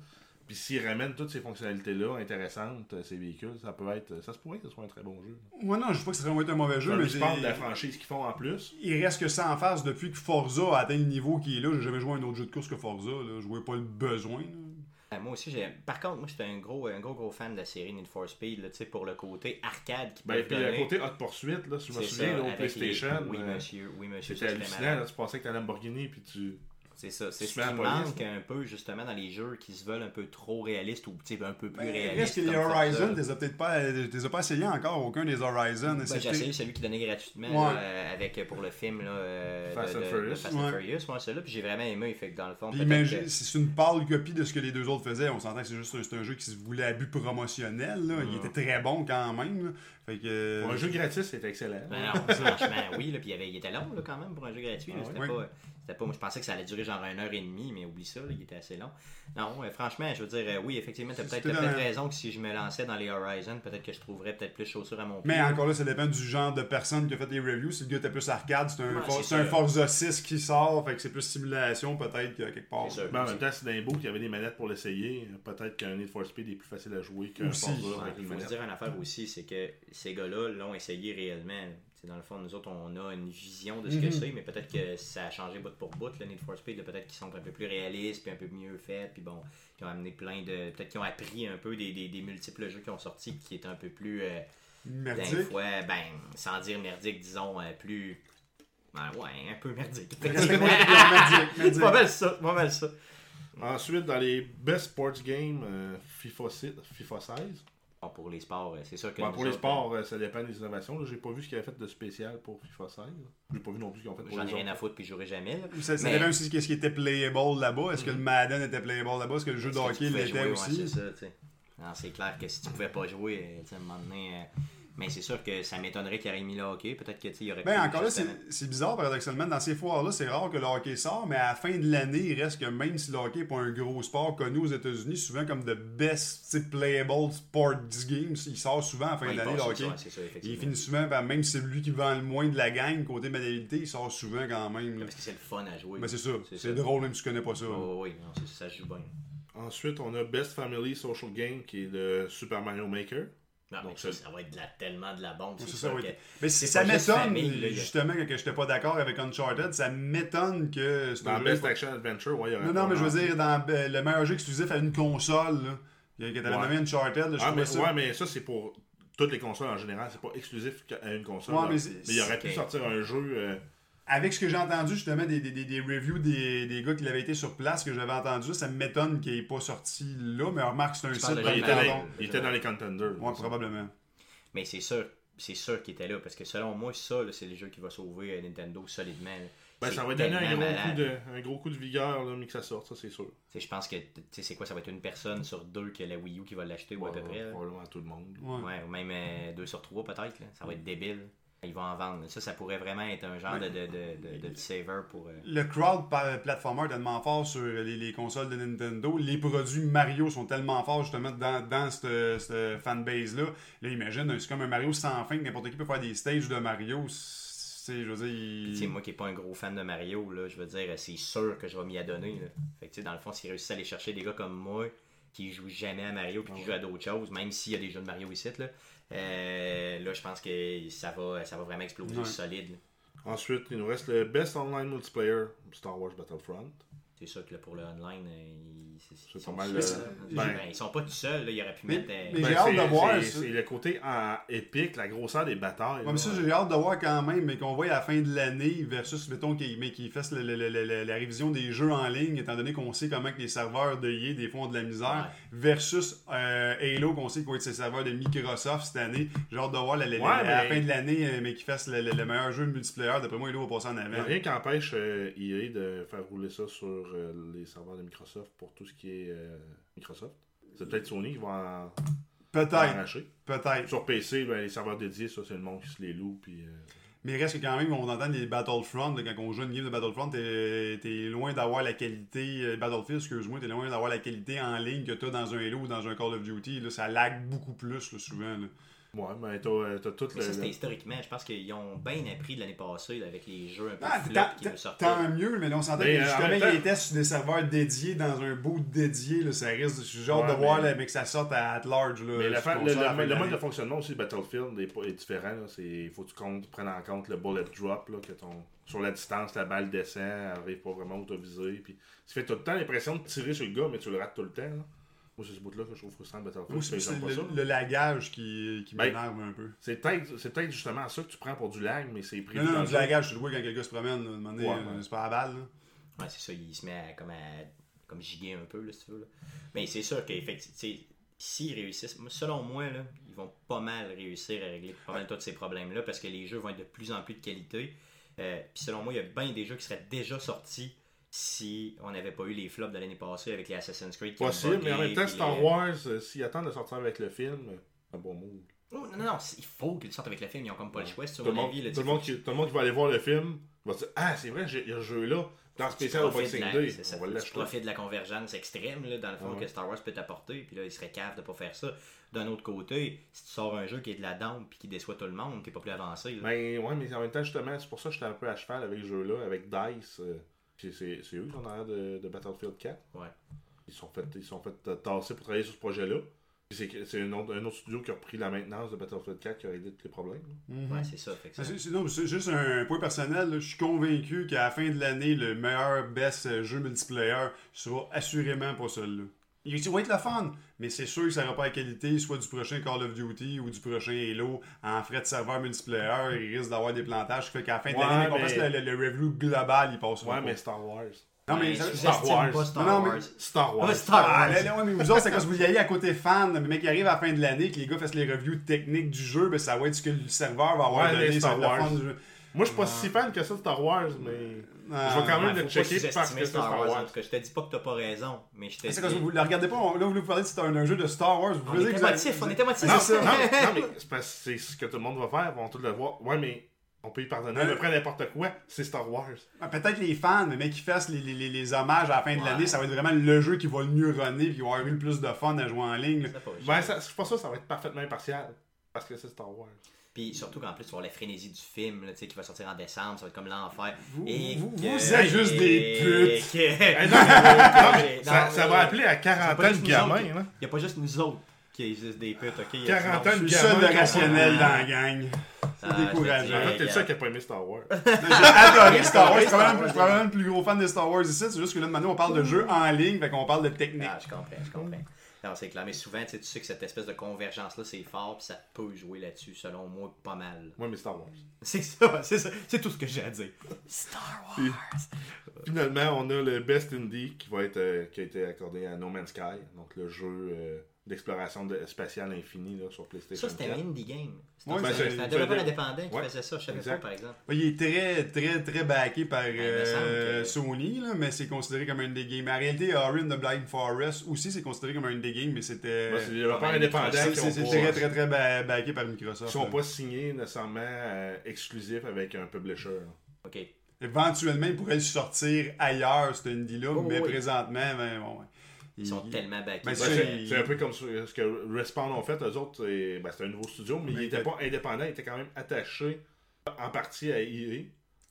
Puis s'ils ramènent toutes ces fonctionnalités-là intéressantes, euh, ces véhicules, ça peut être. Ça se pourrait que ce soit un très bon jeu.
Moi non, je vois que ça va être un mauvais jeu,
Je
mais
je parle
j'ai-
de la franchise qu'ils font en plus.
il reste que ça en face depuis que Forza a atteint le niveau qui est là. J'ai jamais joué à un autre jeu de course que Forza, là. je voyais pas le besoin. là.
Euh, moi aussi, j'ai... par contre, moi j'étais un gros, un gros gros fan de la série Need for Speed, là, tu sais, pour le côté arcade qui
Ben,
peut
puis le
donner.
côté Hot Pursuit, là, si je me
C'est
souviens,
ça,
là, au
avec
PlayStation,
les- Oui,
euh,
monsieur, oui, monsieur.
c'était
ça,
hallucinant.
malade.
Là, tu passais avec ta Lamborghini, puis tu.
C'est ça. C'est
Tu
ce
mets
qui
la police,
manque un peu justement dans les jeux qui se veulent un peu trop réalistes ou tu sais, un peu plus
Ben, Il
réalistes.
reste que les
comme Ben,
Horizon,
Forza.
t'es as peut-être pas, t'es as pas essayé encore aucun des Horizon.
Ben,
C'était-
j'ai essayé celui qui donnait gratuitement
Ouais.
là, euh, avec euh, pour le film là, euh,
Fast
de-
and
de-
Furious.
de Fast and
Ouais.
Furious, ouais, celui-là, puis j'ai vraiment aimé, fait que dans le fond,
Puis
peut-être
imagine,
que-
c'est une pâle copie de ce que les deux autres faisaient. On s'entend que c'est juste un, c'est un jeu qui se voulait à but promotionnel. là.
Mm.
Il était très bon quand même. là. Fait que,
Pour un jeu gratuit, c'était excellent.
Ben non, franchement, oui, là, puis il, y avait- il était long là, quand même pour un jeu gratuit. là,
Ah
c'était
ouais?
pas, c'était pas- moi, je pensais que ça allait durer genre une heure et demie, mais oublie ça, là, il était assez long. Non, euh, franchement, je veux dire, euh, oui, effectivement, t'as peut-être
C'était
t'as peut-être
dans-
raison que si je me lançais dans les Horizon, peut-être que je trouverais peut-être plus chaussures à mon pied.
Mais encore là, ça dépend du genre de personne qui a fait les reviews. Si le gars était plus arcade, c'est un,
Ouais,
For-
c'est
c'est un
ça.
Forza 6 qui sort, fait que c'est plus simulation peut-être que quelque part.
C'est sûr.
Ben, en même temps, c'est d'un bout qu'il y avait des manettes pour l'essayer. Peut-être qu'un Need for Speed est plus facile à jouer qu'un
Aussi.
Forza
Ouais,
avec
il
une
faut se
manette.
dire une affaire aussi, c'est que ces gars-là l'ont essayé réellement. C'est dans le fond, nous autres, on a une vision de ce
Mhm.
que c'est, mais peut-être que ça a changé bout pour bout, le Need for Speed. là. Peut-être qu'ils sont un peu plus réalistes, puis un peu mieux faits, puis bon, ils ont amené plein de. Peut-être qu'ils ont appris un peu des, des- des multiples jeux qui ont sorti, qui étaient un peu plus. euh, des
Merdique.
fois, ben, sans dire merdique, disons, euh, plus. Ben ouais, un peu merdique.
Respectez-moi, merdique,
C'est
merdique.
pas mal ça, c'est pas mal ça.
Ensuite, dans les Best Sports Games, euh, FIFA, si- FIFA 16.
Bon, pour les sports, euh, c'est sûr que.
Ben,
nous
pour les
autres,
sports, euh, ça dépend des innovations. là. J'ai pas vu ce qu'il y avait fait de spécial pour FIFA 16. J'ai pas vu non plus ce qu'ils ont fait pour
euh, J'en ai
les
rien à
autres.
foutre, puis j'aurai jamais. là.
Ça, ça
Mais- Mm.
dépend aussi de ce qui était playable là-bas. Est-ce que le Madden était playable là-bas? Est-ce que le jeu de
Est-ce que tu
hockey
pouvais
l'était
jouer? Ouais,
aussi?
c'est ça, tu sais. Non, c'est clair que si tu pouvais pas jouer, euh, tu sais, à un moment donné. euh, Mais c'est sûr que ça m'étonnerait qu'il aurait mis le hockey. Peut-être qu'il y aurait
Ben,
pu,
encore là, c'est
justement.
c'est bizarre, paradoxalement. Dans ces foires-là, c'est rare que le hockey sort, mais à la fin de l'année, il reste que même si le hockey n'est pas un gros sport connu aux États-Unis, souvent comme the best tu sais, playable sport games, il sort souvent à la fin
Ouais,
de
il
l'année,
passe
le
ça,
hockey.
ouais, c'est ça,
il
effectivement.
finit souvent, par même si c'est lui qui vend le moins de la gang, côté modalité, il sort souvent quand même. là.
Parce que Ah, c'est le fun à jouer.
Mais Ben, c'est ça, c'est
ça. Oh.
drôle même si tu connais pas ça.
Ouais, ouais, ouais, non, c'est- ça se joue bien.
Ensuite, on a Best Family Social Game qui est le Super Mario Maker.
Non,
Donc,
mais ça,
ça-
ça va être de la- tellement de la bombe.
C'est
C'est
ça,
sûr
oui.
que-
Mais si
c'est
ça
pas juste
m'étonne,
famille, là, il y a-
justement, que que j'étais pas d'accord avec Uncharted, ça m'étonne que
Ben,
c'est un
Dans
jeu-
Best Action Adventure, ouais, il y aurait
Non, non,
pas
mais je
mal.
veux dire, dans euh, le meilleur jeu exclusif à une console, là, il y a- que t'avais
Ouais.
nommé Uncharted, là, je
Ah,
trouvais
mais,
ça...
ouais, mais ça, c'est pour toutes les consoles en général. C'est pas exclusif qu'à- à une console.
Ouais,
là.
mais c'est-
mais il aurait pu
c'est-
sortir un jeu. euh,
Avec ce que j'ai entendu, justement, des, des, des, des reviews des, des gars qui l'avaient été sur place, que j'avais entendu, ça m'étonne qu'il n'est pas sorti là, mais remarque, c'est un
Tu
site...
parles de
ben,
par
il,
John
était dans,
Mario.
pardon.
il était dans les contenders.
Ouais, probablement.
Mais c'est sûr, c'est sûr qu'il était là. Parce que selon moi, ça, là, c'est le jeu qui va sauver euh, Nintendo solidement. là.
Ben,
C'est
ça va donner un
tellement
gros,
malade.
coup de, un gros coup de vigueur, là, mais que ça sorte, ça c'est sûr.
Tu sais, Je pense que tu sais, c'est quoi, ça va être une personne sur deux que la Wii U qui va l'acheter ou à peu près. là.
Probablement à tout le monde.
Ouais.
Ouais, ou même 2 sur 3 peut-être. là. Ça va être débile. Ils vont en vendre. Ça, ça pourrait vraiment être un genre de, de, de, de, de petit saver pour. euh,
Le crowd par- platformer est tellement fort sur les, les consoles de Nintendo. Les produits Mario sont tellement forts justement dans, dans cette, cette fanbase-là. Là, imagine, c'est comme un Mario sans fin. que N'importe qui peut faire des stages de Mario. C'est sais, je veux dire, il-
Puis, tu sais, moi qui n'ai pas un gros fan de Mario, là, je veux dire, euh, c'est sûr que je vais m'y adonner. Là. Fait que, tu sais, dans le fond, s'ils réussissent à aller chercher des gars comme moi qui jouent jamais à Mario puis qui jouent à d'autres choses, même s'il y a des jeux de Mario ici, là, euh, là je pense que ça va, ça va vraiment exploser
Ouais.
solide. là.
Ensuite, il nous reste le Best Online Multiplayer Star Wars Battlefront.
C'est sûr que là, pour le online, euh, ils, c'est- ils
pas
sont
mal,
seuls,
euh,
là.
ben-
Ben, ils sont pas tout seuls. là. Ils auraient pu
Mais-
mettre. euh,
mais-
Ben,
j'ai hâte
c'est-
de voir
c'est-
ça.
C'est le côté en épique, la grosseur des batailles.
Ouais, mais ça,
là.
j'ai hâte de voir quand même, mais qu'on voit à la fin de l'année versus, mettons, qu'ils mais qu'ils fassent le- le- le- le- la révision des jeux en ligne, étant donné qu'on sait comment que les serveurs de EA, des fois, ont de la misère, versus euh, Halo, qu'on sait qu'ils vont être ces serveurs de Microsoft cette année. J'ai hâte de voir la, la- la-
Ouais,
à la
mais-
fin de l'année, euh, mais qu'ils fassent le, le- le meilleur jeu de multiplayer. D'après moi, Halo va passer en
Il n'y a
avant.
rien qui empêche euh, EA de faire rouler ça sur euh, les serveurs de Microsoft pour tout ce qui est euh, Microsoft. C'est peut-être Sony qui va en- en
Peut-être,
arracher.
peut-être.
Sur PC, ben, les serveurs dédiés, ça, c'est le monde qui se les loue. Puis, euh,
Mais reste que quand même, on entend les Battlefront, là, quand on joue une game de Battlefront, t'es t'es loin d'avoir la qualité, euh, Battlefield, excuse-moi, t'es loin d'avoir la qualité en ligne que t'as dans un Halo ou dans un Call of Duty. Là, ça lag beaucoup plus, là, souvent. là.
Ouais, mais t'as euh, t'as tout
Mais ça, c'était
le.
historiquement. Je pense qu'ils ont bien appris de l'année passée là, avec les jeux un peu
Ah,
flop
tant-
qui nous
tant-
sortaient.
tant mieux, mais là, on s'entend
Mais,
que
euh, en
justement,
même
il
temps-
était sur des serveurs dédiés dans un bout dédié, là, ça risque, j'ai hâte
Ouais,
de voir,
mais-
là, mais que ça sorte à at large, là.
Mais la
Euh, sur
fa- le,
console à la
le-
fin de
le mode
l'année.
de fonctionnement aussi de Battlefield est, pas- est différent. là. C'est- Il faut que tu comptes- prennes en compte le bullet drop, là, que ton, sur la distance, la balle descend, elle arrive pas vraiment où t'as visé. Puis, tu fais tout le temps l'impression de tirer sur le gars, mais tu le rates tout le temps. là. Moi, c'est ce bout-là que je trouve frustrant de Battlefield.
Moi, c'est
mais j'aime
c'est
pas ça.
le, le lagage qui, qui
Ben,
m'énerve un peu.
C'est peut-être c'est peut-être justement ça que tu prends pour du lag, mais c'est pris
Non, non,
dans
non,
le
du
jeu.
lagage, tu le vois quand quelqu'un se promène, là, à un moment donné,
Ouais,
euh,
ouais.
c'est pas à la balle, là.
Ouais, c'est ça, il se met à, comme à comme giguer un peu, là, si tu veux. là. Mais c'est sûr qu'effectivement, s'ils réussissent, moi, selon moi, là, ils vont pas mal réussir à régler pas mal tous ces problèmes-là parce que les jeux vont être de plus en plus de qualité. Euh, Puis selon moi, il y a bien des jeux qui seraient déjà sortis si on n'avait pas eu les flops de l'année passée avec les Assassin's Creed. qui ont
Possible, mais en
bugué,
même temps,
puis
Star
les-
Wars, euh, s'ils attendent de sortir avec le film, euh, un bon move.
Oh, non, non, non, c'est- il faut qu'ils sortent avec le film, ils ont comme pas le choix, sur
Tout le,
mon
monde,
avis. là,
tout,
tu-
le monde qui, tout le monde qui va aller voir le film va dire Ah, c'est vrai, j'ai- il y a ce jeu-là dans le
tu
spécial au
profites de
Boxing
la-
Day.
c'est ça,
On va
tu
l'acheter.
profites de la convergence extrême, là, dans le fond,
Ouais.
que Star Wars peut t'apporter. Puis là, il serait cave de pas faire ça. D'un autre côté, si tu sors un jeu qui est de la dame puis qui déçoit tout le monde, t'es pas plus avancé. là.
Mais Ben, ouais, mais en même temps, justement, c'est pour ça que j'étais un peu à cheval avec ce jeu-là, avec Dice. euh, c'est- C'est c'est eux qui ont l'air de, de Battlefield 4.
Ouais.
Ils se sont fait, ils se sont fait euh, tasser pour travailler sur ce projet-là. Puis C'est que- c'est un autre, un autre studio qui a repris la maintenance de Battlefield 4 qui a réglé tous les problèmes.
Mhm.
Ouais, c'est ça. Fait que ça-
Hein?
C'est- c'est- non, c'est juste un point personnel. là. Je suis convaincu qu'à la fin de l'année, le meilleur best euh, jeu multiplayer sera assurément pas celui-là. Il va être le fun, mais c'est sûr que ça n'aura pas la qualité, soit du prochain Call of Duty ou du prochain Halo en frais de serveur multiplayer. Il risque d'avoir des plantages. Ce qui fait qu'à la fin de
Ouais,
l'année, quand on
mais-
fasse le, le- le review global, il passe
Ouais, mais Star Wars.
Non, mais,
Ouais,
ça-
tu
Star
sous-estimes
Wars.
pas Star
Non, non,
Wars.
Star Wars.
Ah, Star
Ah,
Wars.
là, là, ouais, mais vous autres, c'est quand vous y allez à côté fan, mais qui arrive à la fin de l'année, que les gars fassent les reviews techniques du jeu, ben, ça va être ce que le serveur va avoir
Ouais,
donné,
les
ça va être
Star
le fun
Wars.
du jeu.
Moi, je suis pas si fan que ça de Star Wars, mais. Je vais quand
Ouais,
même
faut
le
pas
checker
sous-estimer
parce que c'est Star Wars.
En tout cas, je te dis pas que t'as pas raison, mais je te
Ah, C'est quand
dis-
vous ne regardez pas, on- là, vous nous parlez que c'est un, un jeu de Star Wars. Vous
On
voulez
était
que vous avez-
motifs, on était motifs.
Non,
C'est ça.
non, non, mais c'est parce que c'est ce que tout le monde va faire, ils vont tout le voir. Ouais, mais on peut y pardonner à peu près n'importe quoi, c'est Star Wars.
Ah, Peut-être les fans, mais qui fassent les, les, les, les hommages à la fin de
Ouais.
l'année, ça va être vraiment le jeu qui va le mieux runner puis qui va avoir eu le plus de fun à jouer en ligne. là.
C'est pas vrai.
Ben, ça, je suis pas sûr que ça va être parfaitement impartial, parce que c'est Star Wars.
Puis surtout qu'en plus, tu vas voir la frénésie du film là, tu sais, qui va sortir en décembre, ça va être comme l'enfer.
Vous-
Et
vous-
que-
vous êtes juste des
et
putes.
que-
Eh, non,
Non,
ça,
mais-
ça va appeler à
C'est pas
quarantaine
juste
de
nous
gamins,
autres.
là.
Il n'y a pas juste nous autres qui existent des putes, ok? Il y a du monde.
Je
Quarantaine
suis
de
le seul
gamins.
de rationnel dans la gang. C'est
Ah, je te
décourageant.
dirais.
J'arrête, t'es le seul qui a pas aimé Star Wars.
J'ai adoré Star Wars. Je suis
Star Wars,
probablement- je suis probablement le plus gros fan de Star Wars ici. C'est juste que là, maintenant, on parle de jeux en ligne, fait qu'on parle de technique.
Ah, je comprends, je comprends. Non, c'est clair. Mais souvent, tu sais, tu sais que cette espèce de convergence-là, c'est fort, puis ça peut jouer là-dessus, selon moi, pas mal.
Moi, mais Star Wars.
C'est ça, c'est ça. C'est tout ce que j'ai à dire. Star Wars!
Finalement, on a le Best Indie qui, va être, euh, qui a été accordé à No Man's Sky, donc le jeu euh, d'exploration de- spatiale infinie là, sur PlayStation
Ça, c'était un
4.
indie game. C'était
Ouais,
un-
ben,
c'était
c'est-
un développeur
c'est-
indépendant qui
ouais,
faisait ça. Je savais
exact.
pas, par exemple.
Il est très, très, très backé par
il me semble
euh,
que-
Sony, là, mais c'est considéré comme un des games. En réalité, Ori and the Blind Forest aussi, c'est considéré comme un des games, mais c'était.
Ouais, c'est des développeurs
Ouais,
indépendants
c'est-
qui
c'est-
ont
c'est
pas-
très, très, très ba- backé par Microsoft.
qui sont
là.
pas signés nécessairement euh, exclusifs avec un publisher. là.
OK.
Éventuellement, ils pourraient le sortir ailleurs, cet indie-là,
Oh,
mais
oui.
présentement, ben, bon, ouais.
Ils sont
Il-
tellement backés.
Ben,
Ouais,
Ben,
Ça,
c'est
il-
c'est un peu comme ce ce que Respawn ont fait. Eux autres, c'est ben, c'était un nouveau studio, mais
Mais
ils
que-
n'étaient pas indépendants, ils étaient quand même attachés en partie à EA.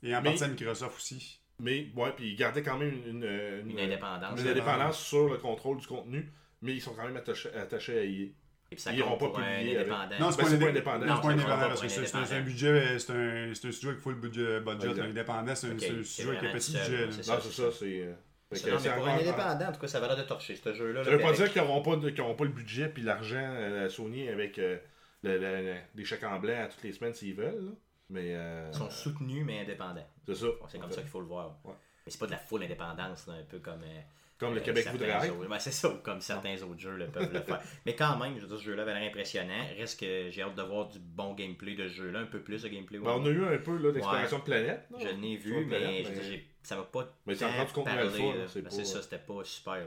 Et en
Mais-
partie à Microsoft aussi.
Mais, ouais, puis ils gardaient quand même une, une,
Une
une-
indépendance.
une
là.
indépendance sur le contrôle du contenu, mais ils sont quand même attachés, attachés à E EA.
Et puis ça
Ils iront
compte
pas
pour un
publier avec.
indépendant.
Non, c'est
Ben,
pas,
c'est
indép-
pas indépendant.
Non,
Non,
c'est pas
c'est
indépendant,
pas
parce que c'est c'est- c'est un
indépendant.
budget, euh, c'est un, c'est un studio avec full budget, euh, budget
Exact.
indépendant, c'est un,
Ok,
c'est un
c'est
studio avec un
vraiment
petit
seul,
budget. là.
c'est
Non,
ça,
c'est
c'est
ça, c'est. euh, fait
Ça,
que
non,
c'est
mais pour
encore-
un indépendant, en tout cas, ça va l'air de torcher, ce jeu-là.
Ça
là,
veut
puis
pas
avec-
dire qu'ils n'auront pas, de- qu'ils auront pas le budget puis l'argent euh, à Sony avec euh, le- le- le- des chèques en blanc à toutes les semaines s'ils veulent. là. Mais euh,
Ils sont soutenus, mais indépendants.
c'est ça.
Bon, C'est
En
comme
fait,
ça qu'il faut le voir.
Ouais.
Mais c'est pas de la full indépendance, là, un peu comme. euh,
Comme le
euh,
Québec
certains
voudrait.
autres. Ben, c'est ça, ou comme certains autres jeux là, peuvent le faire. Mais quand même, je veux dire, ce jeu-là avait l'air impressionnant. Reste que j'ai hâte de voir du bon gameplay de ce jeu-là, un peu plus de gameplay.
Ben, on a eu un peu là, d'exploration de planète. là.
Je l'ai
Sur
vu,
la
mais
planète,
je veux dire, j'ai- ça va pas.
Mais c'est
tant
encore du contenu
parler,
alpha, là,
là.
c'est
Ben,
pas-
c'est ça, c'était pas super. là.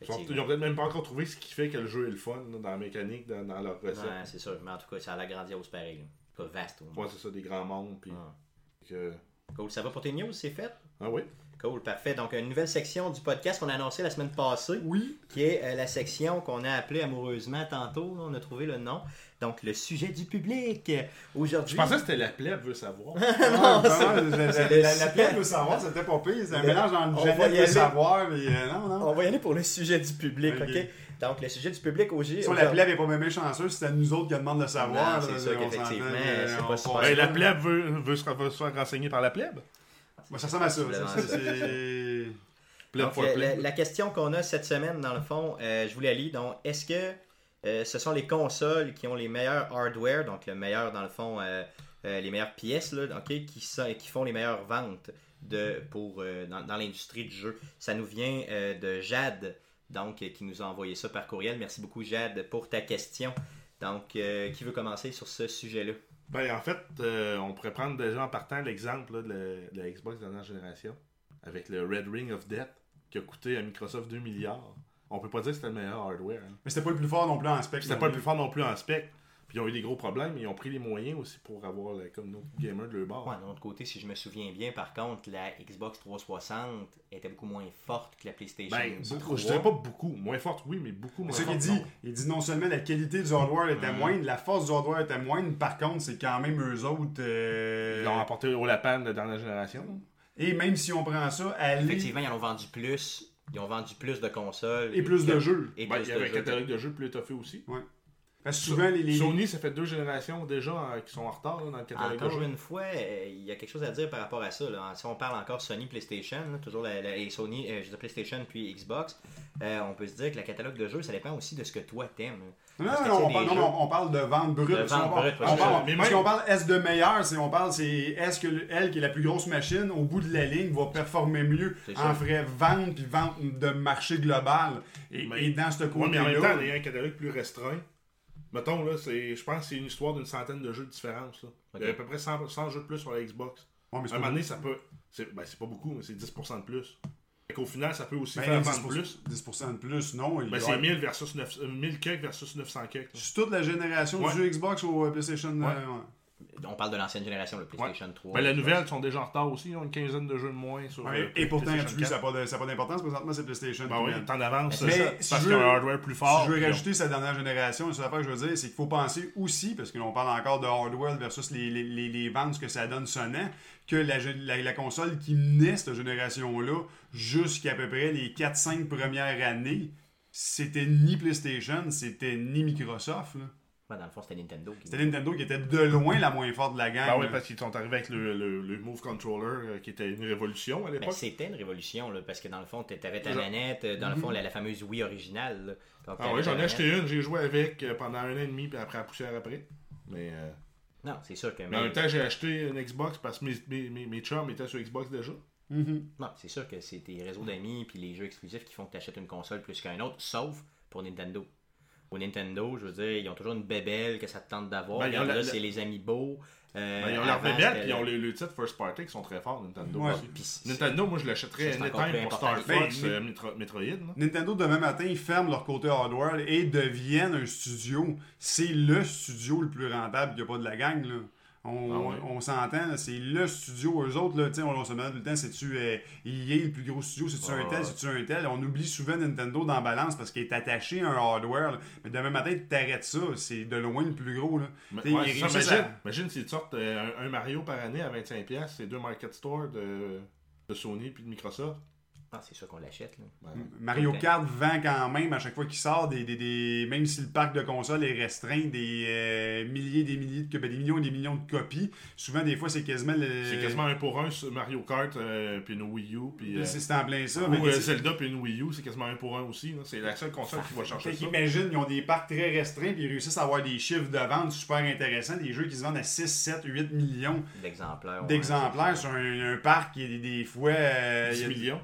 Ils sont-
Effectivement.
Ils ont peut-être même pas encore trouvé ce qui fait que le jeu est le fun là, dans la mécanique, dans, dans leur recette.
Ouais, c'est sûr. Mais en tout cas, ça a l'air grandiose pareil. là. En tout cas, vaste au moins.
Ouais, c'est ça, des grands mondes. Puis,
Ouais.
que-
Cool, ça va pour tes news, c'est fait?
Ah oui.
Cool, parfait. Donc, une nouvelle section du podcast qu'on a annoncée la semaine passée.
Oui,
qui est euh, la section qu'on a appelée amoureusement tantôt. là, on a trouvé le nom. Donc, le sujet du public. Euh,
Je
Aujourd'hui.
pensais que c'était la plèbe veut savoir.
Ouais, vraiment, la-
c'est-
la- la la plaie veut savoir, c'était pas pire, c'est un
Mais-
mélange entre
on va
Jeannette
y
veut
aller.
savoir, mais euh, non, non.
On va y aller pour le sujet du public,
Ok.
OK? Donc, le sujet du public aujourd'hui.
Si on la plèbe est pas même chanceux, c'est à nous autres qui demande de savoir.
Non, c'est
là,
ça
on
qu'effectivement,
s'entend,
c'est
euh,
pas
on
super.
passe-
Ben, la plèbe veut, veut se, veut se faire renseigner par la plèbe.
Bon, Bah, ça ressemble à ça.
Vraiment
ça,
ça.
c'est-
Plèbe
Donc,
for
la, la-
plèbe.
la question qu'on a cette semaine, dans le fond, euh, je vous la lis. Donc, est-ce que euh, ce sont les consoles qui ont les meilleurs hardware, donc le meilleur, dans le fond, euh, euh, les meilleures pièces, là, ok, qui, sont- qui font les meilleures ventes de, pour, euh, dans, dans l'industrie du jeu? Ça nous vient euh, de Jade, donc, euh, qui nous a envoyé ça par courriel. Merci beaucoup, Jade, pour ta question. Donc, euh, qui veut commencer sur ce sujet-là?
Ben, en fait, euh, on pourrait prendre déjà en partant l'exemple là, de, la- de la Xbox dernière génération avec le Red Ring of Death qui a coûté à Microsoft 2 milliards. On peut pas dire que c'était le meilleur hardware. hein.
Mais c'était pas le plus fort non plus en spec.
Puis C'était pas le plus fort non plus en spec. Puis ils ont eu des gros problèmes, mais ils ont pris les moyens aussi pour avoir la communauté gamer de leur bord.
Ouais, d'un autre côté, si je me souviens bien, par contre, la Xbox 360 était beaucoup moins forte que la PlayStation
Ben,
3.
beaucoup, je dirais pas beaucoup. Moins forte, oui, mais beaucoup moins
C'est ça
forte.
qu'il dit. Il dit non seulement la qualité du hardware était moindre, la force du hardware était moindre, par contre, c'est quand même eux autres. euh,
Ils l'ont emporté au lapin de la dernière génération.
Et même si on prend ça,
Mmh.
aller
Effectivement, ils en ont vendu plus. Ils ont vendu plus de consoles.
et plus de jeux.
Et
Ben,
plus
il y avait un
de jeux.
catalogue de jeux plus étoffé aussi.
Parce que souvent, les. les-
Sony, ça fait deux générations déjà euh, qui sont en retard là, dans le catalogue de
Encore
jeux.
une fois, euh, il y a quelque chose à dire par rapport à ça. là. Si on parle encore Sony, PlayStation, là, toujours la, la- et Sony, euh, je dis PlayStation puis Xbox, euh, on peut se dire que la catalogue de jeux, ça dépend aussi de ce que toi t'aimes.
Non,
Parce
non,
que
non,
c'est
on
des
parle, non,
jeux.
non, on parle de vente brute.
De
parce qu'on
vente
parle-
brute,
on
parce que-
parle-
mais
Parce
même-
qu'on parle est de meilleur, c'est on parle c'est est-ce que le- elle qui est la plus grosse machine au bout de la ligne va performer mieux
C'est
en
ça.
vraie vente puis vente de marché global. Et,
Mais-
et dans ce
Oui, mais en même temps,
côté-là,
il y a un catalogue plus restreint. Mettons, là, c'est, je pense que c'est une histoire d'une centaine de jeux de différence. là. Il y a à peu près 100, 100 jeux de plus sur la Xbox.
Ouais, mais
À
c'est
un
pas-
moment donné, ça peut. C'est, ben, c'est pas beaucoup, mais c'est 10% de plus. Fait qu'au final, ça peut aussi
ben,
faire
10%,
vendre plus.
10% de plus, non. il
Ben,
y a-
c'est 1000 versus 900 euh, 1000 cakes versus 900 cakes. là.
C'est toute la génération
Ouais.
du jeu Xbox au euh, PlayStation.
Ouais.
euh, ouais.
On parle de l'ancienne génération, le PlayStation 3.
Ben, la
Xbox.
nouvelle, ils sont déjà en retard aussi. Ils ont une quinzaine de jeux de moins sur.
Ouais,
euh,
Et pourtant,
PlayStation
tu lis,
4.
ça n'a pas de- ça a pas d'importance. Présentement, c'est PlayStation.
Ben
qui
oui,
mène.
t'en avances.
Mais
c'est ça,
si
parce
je
qu'il y a
veux-
un hardware plus fort.
si je veux
puis
rajouter sa dernière génération, la seule affaire que je veux dire, c'est qu'il faut penser aussi, parce que l'on parle encore de hardware versus les, les, les, les ventes, ce que ça donne sonnant, que la, gé- la, la console qui naît, cette génération-là, jusqu'à peu près les 4-5 premières années, c'était ni PlayStation, c'était ni Microsoft. là.
Ouais, dans le fond, c'était Nintendo. qui-
C'était Nintendo qui était de loin la moins forte de la gang.
Ben oui,
là.
parce qu'ils sont arrivés avec le, le- le Move Controller, euh, qui était une révolution à
Ben,
l'époque.
c'était une révolution, là, parce que dans le fond, t'avais ta
Genre- Mmh.
manette, euh, dans le fond, la, la fameuse Wii originale. là. Donc,
Ah
t'avais
ouais,
ta
j'en ai
manette.
acheté une, j'ai joué avec euh, pendant un an et demi, puis après la poussière après. Mais, euh,
Ben
Non, c'est sûr que.
mais en même temps, j'ai acheté une Xbox parce que mes, mes, mes, mes chums étaient sur Xbox
Euh,
déjà.
Mhm.
Non, c'est sûr que c'est tes
Mm.
réseaux d'amis puis les jeux exclusifs qui font que tu achètes une console plus qu'un autre, sauf pour Nintendo. Au Nintendo, je veux dire, ils ont toujours une bébelle que ça te tente d'avoir.
Ben, ils ont
Regarde,
la-
là,
la-
c'est les amiibo. Euh,
Ben, ils ont leur
avant,
bébelle,
c'était
puis ils ont
la-
les, les titres First Party qui sont très forts, Nintendo
Ouais.
aussi.
Puis c'est-
Nintendo, moi, je
Ça,
l'achèterais
c'est encore plus
anytime pour
important.
Star Fox,
Ben,
euh, Metro- Metroid. là.
Nintendo, demain matin, ils ferment leur côté hardware et deviennent un studio. C'est le studio le plus rentable qu'il n'y a pas de la gang. Là. On- On,
Ah ouais.
on s'entend, là, c'est le studio, eux autres, là, tu sais, on, on se demande tout le temps, c'est-tu euh, EA, le plus gros studio, c'est-tu un
Ah
tel,
ouais.
c'est-tu un tel. On oublie souvent Nintendo dans la balance parce qu'il est attaché à un hardware. là. Mais demain matin, tu t'arrêtes ça, c'est de loin le plus gros. Là.
Mais-
Tu sais,
ouais,
ils
c'est ça,
réussissent
imagine,
à-
imagine s'ils sortent euh, un, un Mario par année à 25$, c'est deux market stores de, de Sony puis de Microsoft. Ben,
Ah, c'est sûr qu'on l'achète. là.
Euh, Mario
Ok.
Kart vend quand même à chaque fois qu'il sort, des, des- des- même si le parc de consoles est restreint, des euh, milliers, des milliers de copies, ben, des millions et des millions de copies. Souvent, des fois, c'est quasiment le.
C'est quasiment un pour un sur Mario Kart euh, puis une Wii U puis euh,
C'est c'est en plein ça. mais
ou euh,
c'est-
Zelda puis une Wii U, c'est quasiment un pour un aussi. là. C'est la seule console qui va
Fait
chercher ça.
qu'imagine, ils ont des parcs très restreints, puis ils réussissent à avoir des chiffres de vente super intéressants, des jeux qui se vendent à 6, 7, 8 millions
Ah
D'exemplaires. ouais.
d'exemplaires sur un, un parc qui est des, des fois. euh,
10
il y a-
millions.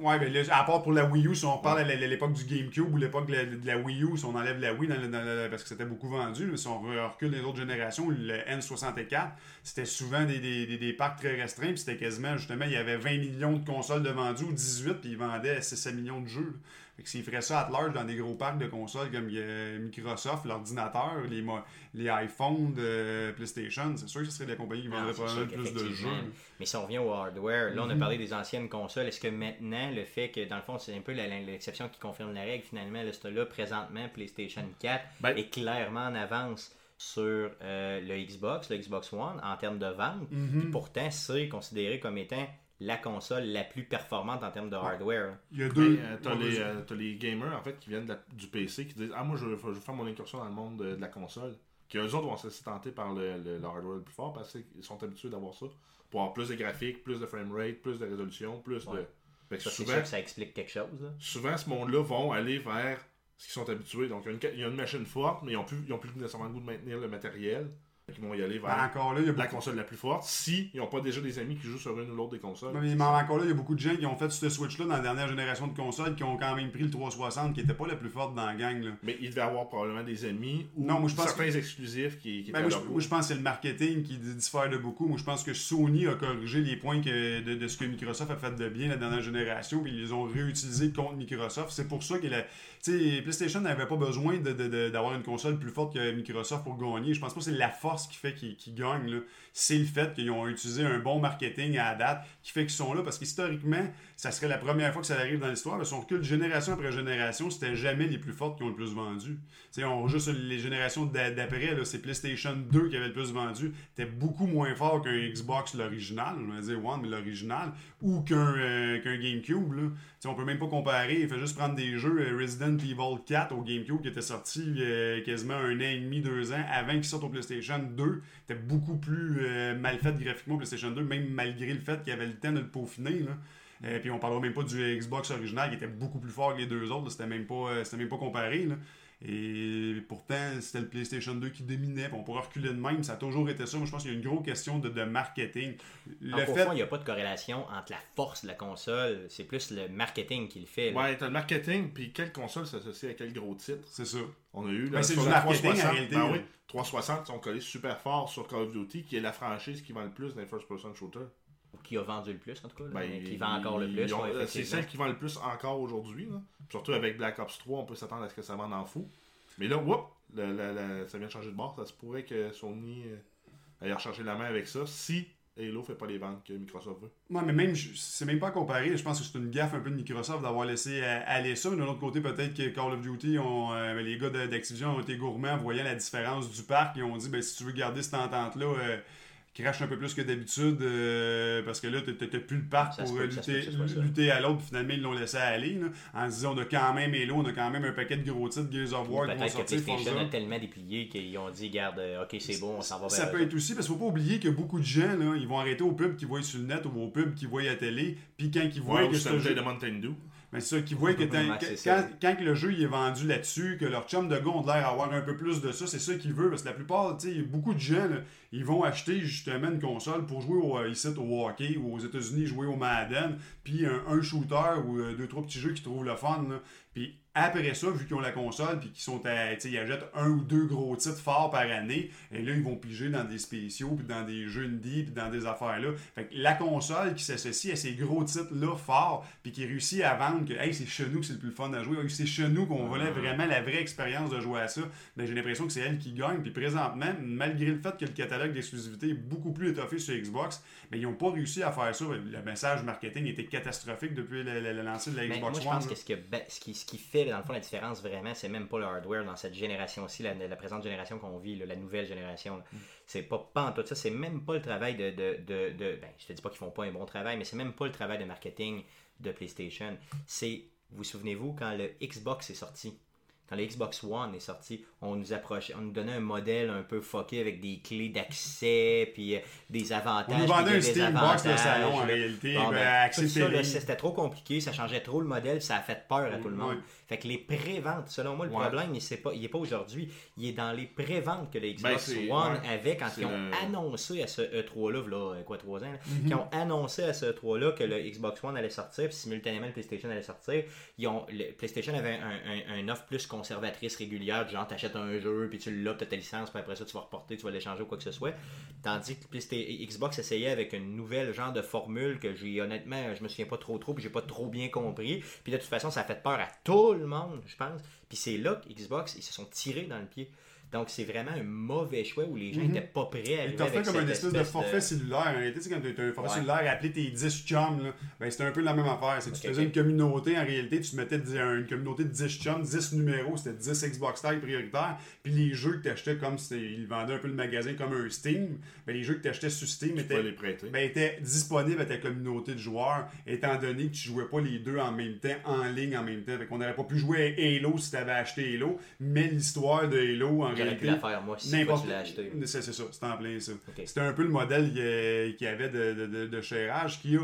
ouais, mais là, à part pour la Wii U, si on parle de l'époque du GameCube ou l'époque de la- de la Wii U, si on enlève la Wii dans le- dans le- parce que c'était beaucoup vendu, mais si on re- recule les autres générations, le N64, c'était souvent des, des, des- des parcs très restreints, puis c'était quasiment, justement, il y avait 20 millions de consoles de vendues ou 18, puis ils vendaient 6 millions de jeux. Fait que s'ils feraient ça à large dans des gros parcs de consoles comme euh, Microsoft, l'ordinateur, les, mo- les iPhones de PlayStation, c'est sûr que ce serait la compagnie qui
Non,
vendrait
c'est sûr
probablement plus de jeux.
qu'effectivement. Mais si on revient au hardware, là on a
Mm-hmm.
parlé des anciennes consoles. Est-ce que maintenant, le fait que dans le fond, c'est un peu la- la- l'exception qui confirme la règle, finalement, là, c'est là, présentement, PlayStation 4
Ben-
est clairement en avance sur euh, le Xbox, le Xbox One, en termes de vente.
Mhm.
Puis pourtant, c'est considéré comme étant la console la plus performante en termes de hardware.
Il y a
Mais,
deux.
euh, t'as
Ouais,
les,
vas-y.
euh, t'as les gamers en fait qui viennent de la- du PC qui disent Ah, moi je veux, je veux faire mon incursion dans le monde euh, de, de la console. Que eux autres vont se laisser tenter par le, le- le hardware le plus fort parce qu'ils sont habitués d'avoir ça. Pour avoir plus de graphiques, plus de framerate, plus de résolution, plus de.
Ouais.
Fait que
Ça, c'est
souvent,
sûr que ça explique quelque chose. là.
souvent, ce monde-là vont aller vers ce qu'ils sont habitués. Donc, il y a une, ca- il y a une machine forte, mais ils n'ont plus, ils ont plus nécessairement le goût de maintenir le matériel. Ils vont y aller vers
Ben, encore là, il y a
la
beaucoup-
console la plus forte si ils n'ont pas déjà des amis qui jouent sur une ou l'autre des consoles.
Ben, Mais même encore là, il y a beaucoup de gens qui ont fait ce Switch-là dans la dernière génération de consoles qui ont quand même pris le 360 qui n'était pas la plus forte dans la gang. Là.
Mais ils devaient avoir probablement des amis ou
Non, moi, je pense
certains exclusifs qui, qui étaient
Ben, moi,
à
je,
leur goût.
moi, je pense que c'est le marketing qui di- diffère de beaucoup. Moi, je pense que Sony a corrigé les points que- de, de ce que Microsoft a fait de bien la dernière génération, puis ils les ont réutilisés contre Microsoft. C'est pour ça que la, tu sais, PlayStation n'avait pas besoin de- de- de- d'avoir une console plus forte que Microsoft pour gagner. Je pense pas que c'est la force qui fait qu'ils qu'ils gagnent. là. C'est le fait qu'ils ont utilisé un bon marketing à la date qui fait qu'ils sont là, parce qu'historiquement, ça serait la première fois que ça arrive dans l'histoire. Si on recule génération après génération, c'était jamais les plus fortes qui ont le plus vendu. Tu sais, on juste les générations d'a- d'après, là, c'est PlayStation 2 qui avait le plus vendu. C'était beaucoup moins fort qu'un Xbox l'original, on va dire One, mais l'original, ou qu'un euh, qu'un GameCube. Là. Tu sais, on peut même pas comparer. Il fait juste prendre des jeux euh, Resident Evil 4 au GameCube qui était sorti euh, quasiment un an et demi, deux ans avant qu'il sorte au PlayStation 2. C'était beaucoup plus euh, mal fait graphiquement au PlayStation 2, même malgré le fait qu'il y avait le temps de le peaufiner. Là. Euh, puis on parlera même pas du Xbox original qui était beaucoup plus fort que les deux autres. là. C'était même pas, euh, c'était même pas comparé. là. Et pourtant, c'était le PlayStation 2 qui dominait. puis On pourrait reculer de même. Ça a toujours été ça. Moi, je pense qu'il y a une grosse question de, de marketing. Le
Encore
fait.
une fois, il n'y a pas de corrélation entre la force de la console, c'est plus le marketing qui le fait. là.
Ouais, t'as le marketing, puis quelle console s'associe à quel gros titre
C'est ça.
On a eu là,
Ben, c'est
sur
du
la
marketing, en
360.
réalité,
ben
là.
oui, 360 sont collés super fort sur Call of Duty, qui est la franchise qui vend le plus dans les first-person shooters.
Ou Qui a vendu le plus, en tout cas. là,
Ben,
mais qui vend encore le
ils
plus.
ont- euh,
ouais,
c'est
effectivement.
celle qui vend le plus encore aujourd'hui. là. Surtout avec Black Ops 3, on peut s'attendre à ce que ça vende en fou. Mais là, whoop, le- le- le- ça vient de changer de bord. Ça se pourrait que Sony euh, aille rechercher la main avec ça si Halo fait pas les ventes que Microsoft veut.
Non, mais même, je- c'est même pas comparé. Je pense que c'est une gaffe un peu de Microsoft d'avoir laissé euh, aller ça. Mais D'un autre côté, peut-être que Call of Duty, ont, euh, les gars de- d'Activision ont été gourmands en voyant la différence du parc. Ils ont dit ben, si tu veux garder cette entente-là, euh, crache un peu plus que d'habitude euh, parce que là, t'as- t'as t'as plus le parc
Ça se
pour
peut
euh,
que ça se
lutter,
peut que ce soit ça.
lutter à l'autre. Puis Finalement, ils l'ont laissé aller là, en disant on a quand même Halo, on a quand même un paquet de gros titres, Gears of
Ou
War qui vont
Peut-être que
sortir.
PlayStation
Forza.
a tellement déplié qu'ils ont dit, garde, euh, ok, c'est bon, on s'en va
Ça
vers
peut être aussi, parce qu'il ne faut pas oublier que beaucoup de gens, là, ils vont arrêter au pub qu'ils voient sur le net ou au pub qu'ils voient à la télé, puis quand ils voient
Ouais, ou
que
c'est
ce
un jeu
jeu...
de Mountain Dew.
Mais c'est ça, qu'ils voient que
Ouais,
quand,
c'est ça.
quand, quand que le jeu il est vendu là-dessus, que leur chum de gars ont l'air d'avoir un peu plus de ça, c'est ça qu'ils veulent, parce que la plupart, tu sais, beaucoup de gens, là, ils vont acheter justement une console pour jouer au, euh, ici au hockey ou aux États-Unis, jouer au Madden, puis un, un shooter ou euh, deux, trois petits jeux qu'ils trouvent le fun, là. puis Après ça, vu qu'ils ont la console puis qu'ils sont à, tu sais, ils achètent un ou deux gros titres forts par année, et là ils vont piger dans des spéciaux puis dans des jeux indie puis dans des affaires là. Fait que la console qui s'associe à ces gros titres là forts puis qui réussit à vendre que hey, c'est chez nous que c'est le plus fun à jouer, hey, c'est chez nous
Ah.
qu'on voulait vraiment la vraie expérience de jouer à ça. Ben, j'ai l'impression que c'est elle qui gagne puis présentement, malgré le fait que le catalogue d'exclusivité est beaucoup plus étoffé sur Xbox, mais ils n'ont pas réussi à faire ça. Le message marketing était catastrophique depuis le, le- le lancer de la
Mais
Xbox
moi, je
One,
pense
là.
que ce, que ba- ce qui, ce qui fait, dans le fond, la différence vraiment, c'est même pas le hardware dans cette génération-ci, la, la présente génération qu'on vit, là, la nouvelle génération.
Mm.
là. C'est pas pas en tout ça, c'est même pas le travail de. de, de, de- ben, je te dis pas qu'ils font pas un bon travail, mais c'est même pas le travail de marketing de PlayStation. C'est, vous souvenez-vous, quand le Xbox est sorti, quand le Xbox One est sorti, on nous approchait, on nous donnait un modèle un peu fucké avec des clés d'accès, puis euh, des avantages.
On nous
puis
vendait
des
un Steam Box de
désavantages,
salon en
là.
réalité,
Bon,
ben,
ben,
accès
tout ça,
télé.
là, c'était trop compliqué, ça changeait trop le modèle, ça a fait peur à tout le monde.
Oui.
Fait que les préventes, selon moi, le
Ouais.
problème, il n'est pas, il est pas aujourd'hui, il est dans les préventes que les
Ben,
Xbox
c'est-
One
ouais.
avait quand
C'est
ils ont
le-
annoncé à ce E3-là, voilà, euh, quoi, trois ans, là,
Mhm.
qui ont annoncé à ce E3-là que le Xbox One allait sortir, puis simultanément le PlayStation allait sortir. Ils ont, le PlayStation avait un, un- un offre plus conservatrice régulière, du genre t'achètes un jeu, puis tu l'as, t'as ta licence, puis après ça tu vas reporter, tu vas l'échanger ou quoi que ce soit. Tandis que PlayStation- Xbox essayait avec une nouvelle genre de formule que j'ai honnêtement, je me souviens pas trop trop, puis j'ai pas trop bien compris. Puis de toute façon, ça a fait peur à tout le monde, je pense. Puis c'est là que Xbox, ils se sont tirés dans le pied. Donc c'est vraiment un mauvais choix où les gens
Mhm.
étaient pas prêts à
Il
arriver
t'a fait
avec
comme une
cette
espèce de forfait cellulaire. En réalité, tu sais, quand tu as un forfait
Ouais.
cellulaire, appelé tes 10 chums, là, ben, c'était un peu la même affaire. C'est que
Ok,
tu faisais
ok.
une communauté, en réalité, tu te mettais dix- euh, une communauté de 10 chums, 10 numéros, c'était 10 Xbox Tag prioritaires. Puis les jeux que tu achetais, comme c'est- ils vendaient un peu le magasin comme un Steam, ben, les jeux que tu achetais sur Steam
Tu peux
étaient
les prêter.
ben, était disponible à ta communauté de joueurs, étant donné que tu jouais pas les deux en même temps, en ligne en même temps. Fait qu'on n'aurait pas pu jouer à Halo si tu avais acheté Halo, mais l'histoire de Halo, en
J'aurais
réalité.
pu la faire moi si toi, tu l'as acheté.
C'est c'est ça, c'est en plein ça.
Ok.
C'était un peu le modèle euh, qu'il y avait de, de, de, de chérage qui a,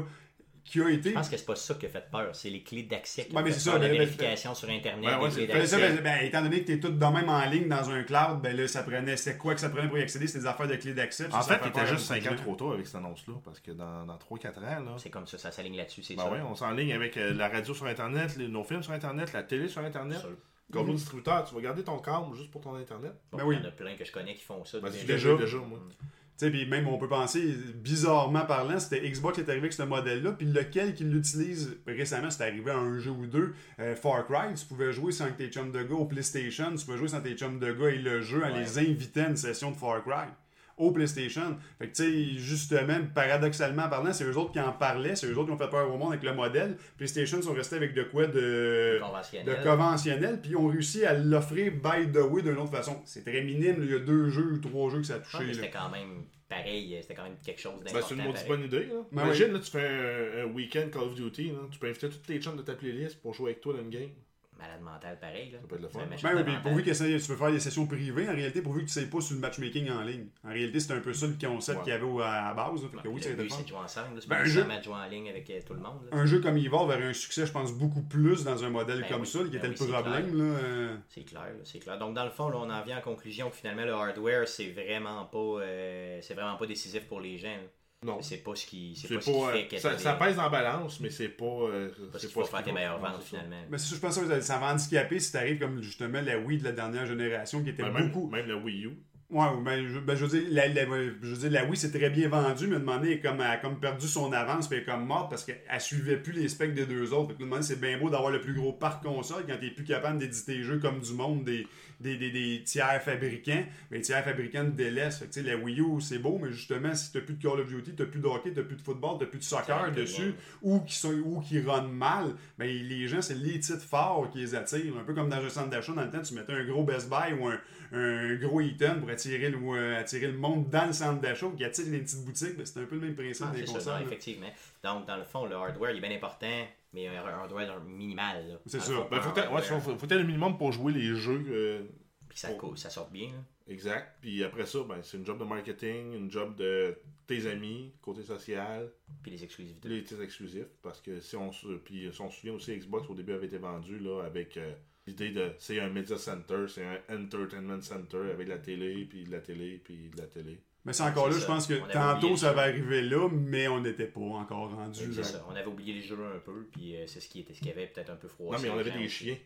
qui a été.
Je pense que c'est pas ça qui a fait peur, c'est les clés d'accès qui
Ouais,
ont
mais
fait
c'est
peur,
ça,
la
mais- mais-
vérification sur internet,
Ouais, ouais,
les clés
c'est-
Ben, ça,
d'accès.
ben, ben, étant donné que t'es tout de même en ligne dans un cloud, ben là, ça prenait. C'était quoi que ça prenait pour y accéder? C'était des affaires de clés d'accès. puis
En
ça, ça
fait, il
peur hein,
était
à
juste
beaucoup de
5 ans
gens.
trop tôt avec cette annonce-là, parce que dans, dans 3-4 ans, là,
C'est comme ça, ça s'aligne là-dessus, c'est
ben
ça.
ouais, on s'enligne avec euh, la radio sur Internet, les- nos films sur Internet, la télé sur Internet.
Ben
Sûr.
Comme
Mhm.
distributeur, tu vas garder ton câble juste pour ton Internet.
Bon,
Ben oui. Ben,
Il y en a plein que je connais qui font ça.
Parce que
déjà.
je l'ai
déjà.
joué déjà, moi.
Tu sais, puis même on peut penser, bizarrement parlant, c'était Xbox qui est arrivé avec ce modèle-là, puis lequel qui l'utilise récemment, c'est arrivé à un jeu ou deux, euh, Far Cry, tu pouvais jouer sans que tes chums de gars au PlayStation, tu pouvais jouer sans tes chums de gars et le jeu en
Ouais.
les invitant à une session de Far Cry au PlayStation. Fait que tu sais, justement, paradoxalement parlant, c'est eux autres qui en parlaient, c'est eux autres qui ont fait peur au monde avec le modèle. PlayStation sont restés avec de quoi de de
Conventionnel.
conventionnel, puis ils ont réussi à l'offrir by the way d'une autre façon. C'est très minime, là, il y a deux jeux ou trois jeux que ça a
Ouais,
touché.
mais
là.
C'était quand même pareil, c'était quand même quelque chose
Ben,
d'important.
c'est une maudite
pareil.
bonne idée. Là.
Ben
Imagine, là, tu fais euh, un, un week-end Call of Duty. Là. Tu peux inviter toutes les chums de ta playlist pour jouer avec toi dans une game.
Malade mentale, pareil. Là.
Ça peut être le fun.
C'est un méchant
Ben oui, mais
mental.
pourvu que ça, tu peux faire des sessions privées, en réalité, pourvu que tu ne sais pas sur le matchmaking en ligne. En réalité, c'est un peu ça le concept
Ouais.
qu'il y avait au- à la base. là. Fait que
Puis
oui, ça a
le
été
but,
fun.
c'est de jouer ensemble. là. C'est
Ben,
pas
un jeu-
nécessairement de jouer en ligne avec euh, tout le monde. là.
Un jeu comme Evolve aurait un succès, je pense, beaucoup plus dans un modèle
Ben
comme
oui,
ça, qui
ben
était
oui,
le
c'est
problème. Là. euh.
C'est clair, là, c'est clair. Donc dans le fond, là, on en vient en conclusion que finalement le hardware, c'est vraiment pas, euh, c'est vraiment pas décisif pour les gens. là.
Non.
C'est pas ce qui, c'est
C'est
pas ce qui
pas,
fait
euh,
que
ça,
t'as
ça
des-
pèse dans la balance, mais c'est pas. euh,
pas ce
c'est
qui va faire
qui
tes
va-
meilleures
non,
ventes
c'est ça.
finalement.
Mais c'est sûr, je pense que ça- ça va handicaper si tu arrives comme justement la Wii de la dernière génération qui était
Ben, même,
beaucoup.
même le Wii U.
Ouais, ou ben, je, ben, je veux dire, la, la- je veux dire, la Wii, c'est très bien vendu, mais demander est comme, elle a comme perdu son avance, puis elle est comme morte parce qu'elle suivait plus les specs des deux autres. Fait que demander, c'est bien beau d'avoir le plus gros parc console quand t'es plus capable d'éditer les jeux comme du monde des, des, des, des tiers fabricants. Mais les tiers fabricants te délaissent. Fait que, tu sais, la Wii U, c'est beau, mais justement, si t'as plus de Call of Duty, t'as plus de hockey, t'as plus de football, t'as plus de soccer
T'arrêtes de
dessus,
rien.
ou qui, sont, ou qui runnent mal, ben, les gens, c'est les titres forts qui les attirent. Un peu comme dans un centre d'achat, dans le temps, tu mettais un gros Best Buy ou un, un gros Eaton pour attirer le, ou, euh, attirer le monde dans le centre d'achat ou qui attire les petites boutiques. Ben, c'est un peu le même principe
Ah,
des
c'est ça, non,
consoles. là.
effectivement. Donc dans le fond, le hardware, il est bien important, mais un hardware minimal. là.
C'est
Dans le
sûr.
fond,
Ben,
un
faut t'a- ouais,
hardware,
faut- faut- faut être le minimum pour jouer les jeux. euh,
Puis que ça, co- ça sorte bien. là.
Exact. Puis après ça, ben, c'est une job de marketing, une job de tes amis, côté social,
Puis les exclusivités.
les titres exclusifs. Parce que si on se, puis, si on se souvient aussi, Xbox au début avait été vendu là, avec euh, l'idée de c'est un media center, c'est un entertainment center avec de la télé, puis de la télé, puis de la télé.
Mais c'est encore là,
C'est
je
ça.
pense que
On avait
tantôt,
oublié
ça
ça.
va arriver là, mais on n'était pas encore rendu
C'est
là.
ça. On avait oublié les jeux un peu, puis euh, c'est ce qui était ce qu'il y avait peut-être un peu froid.
non, mais on avait des chiens.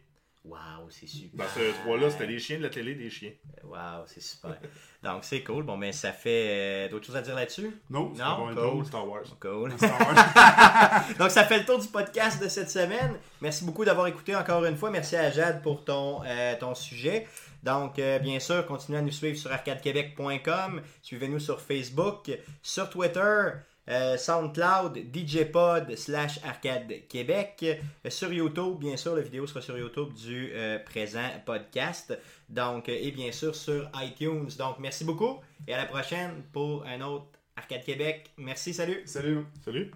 Waouh, c'est super.
Dans ce 3-là, c'était les chiens de la télé des chiens.
Waouh, c'est super. Donc, c'est cool. Bon, ben, ça fait. euh, D'autres choses à dire là-dessus?
Non, c'est pas
Non,
un
cool.
tour.
Star Wars.
Cool.
Star Wars.
Donc, ça fait le tour du podcast de cette semaine. Merci beaucoup d'avoir écouté encore une fois. Merci à Jade pour ton, euh, ton sujet. Donc, euh, bien sûr, continuez à nous suivre sur arcadequebec.com. Suivez-nous sur Facebook, sur Twitter, euh, SoundCloud, DJPod slash Arcade Québec. Euh, Sur YouTube, bien sûr, la vidéo sera sur YouTube du euh, présent podcast. Donc, euh, et bien sûr sur iTunes. Donc, merci beaucoup et à la prochaine pour un autre Arcade Québec. Merci, salut!
Salut.
Salut.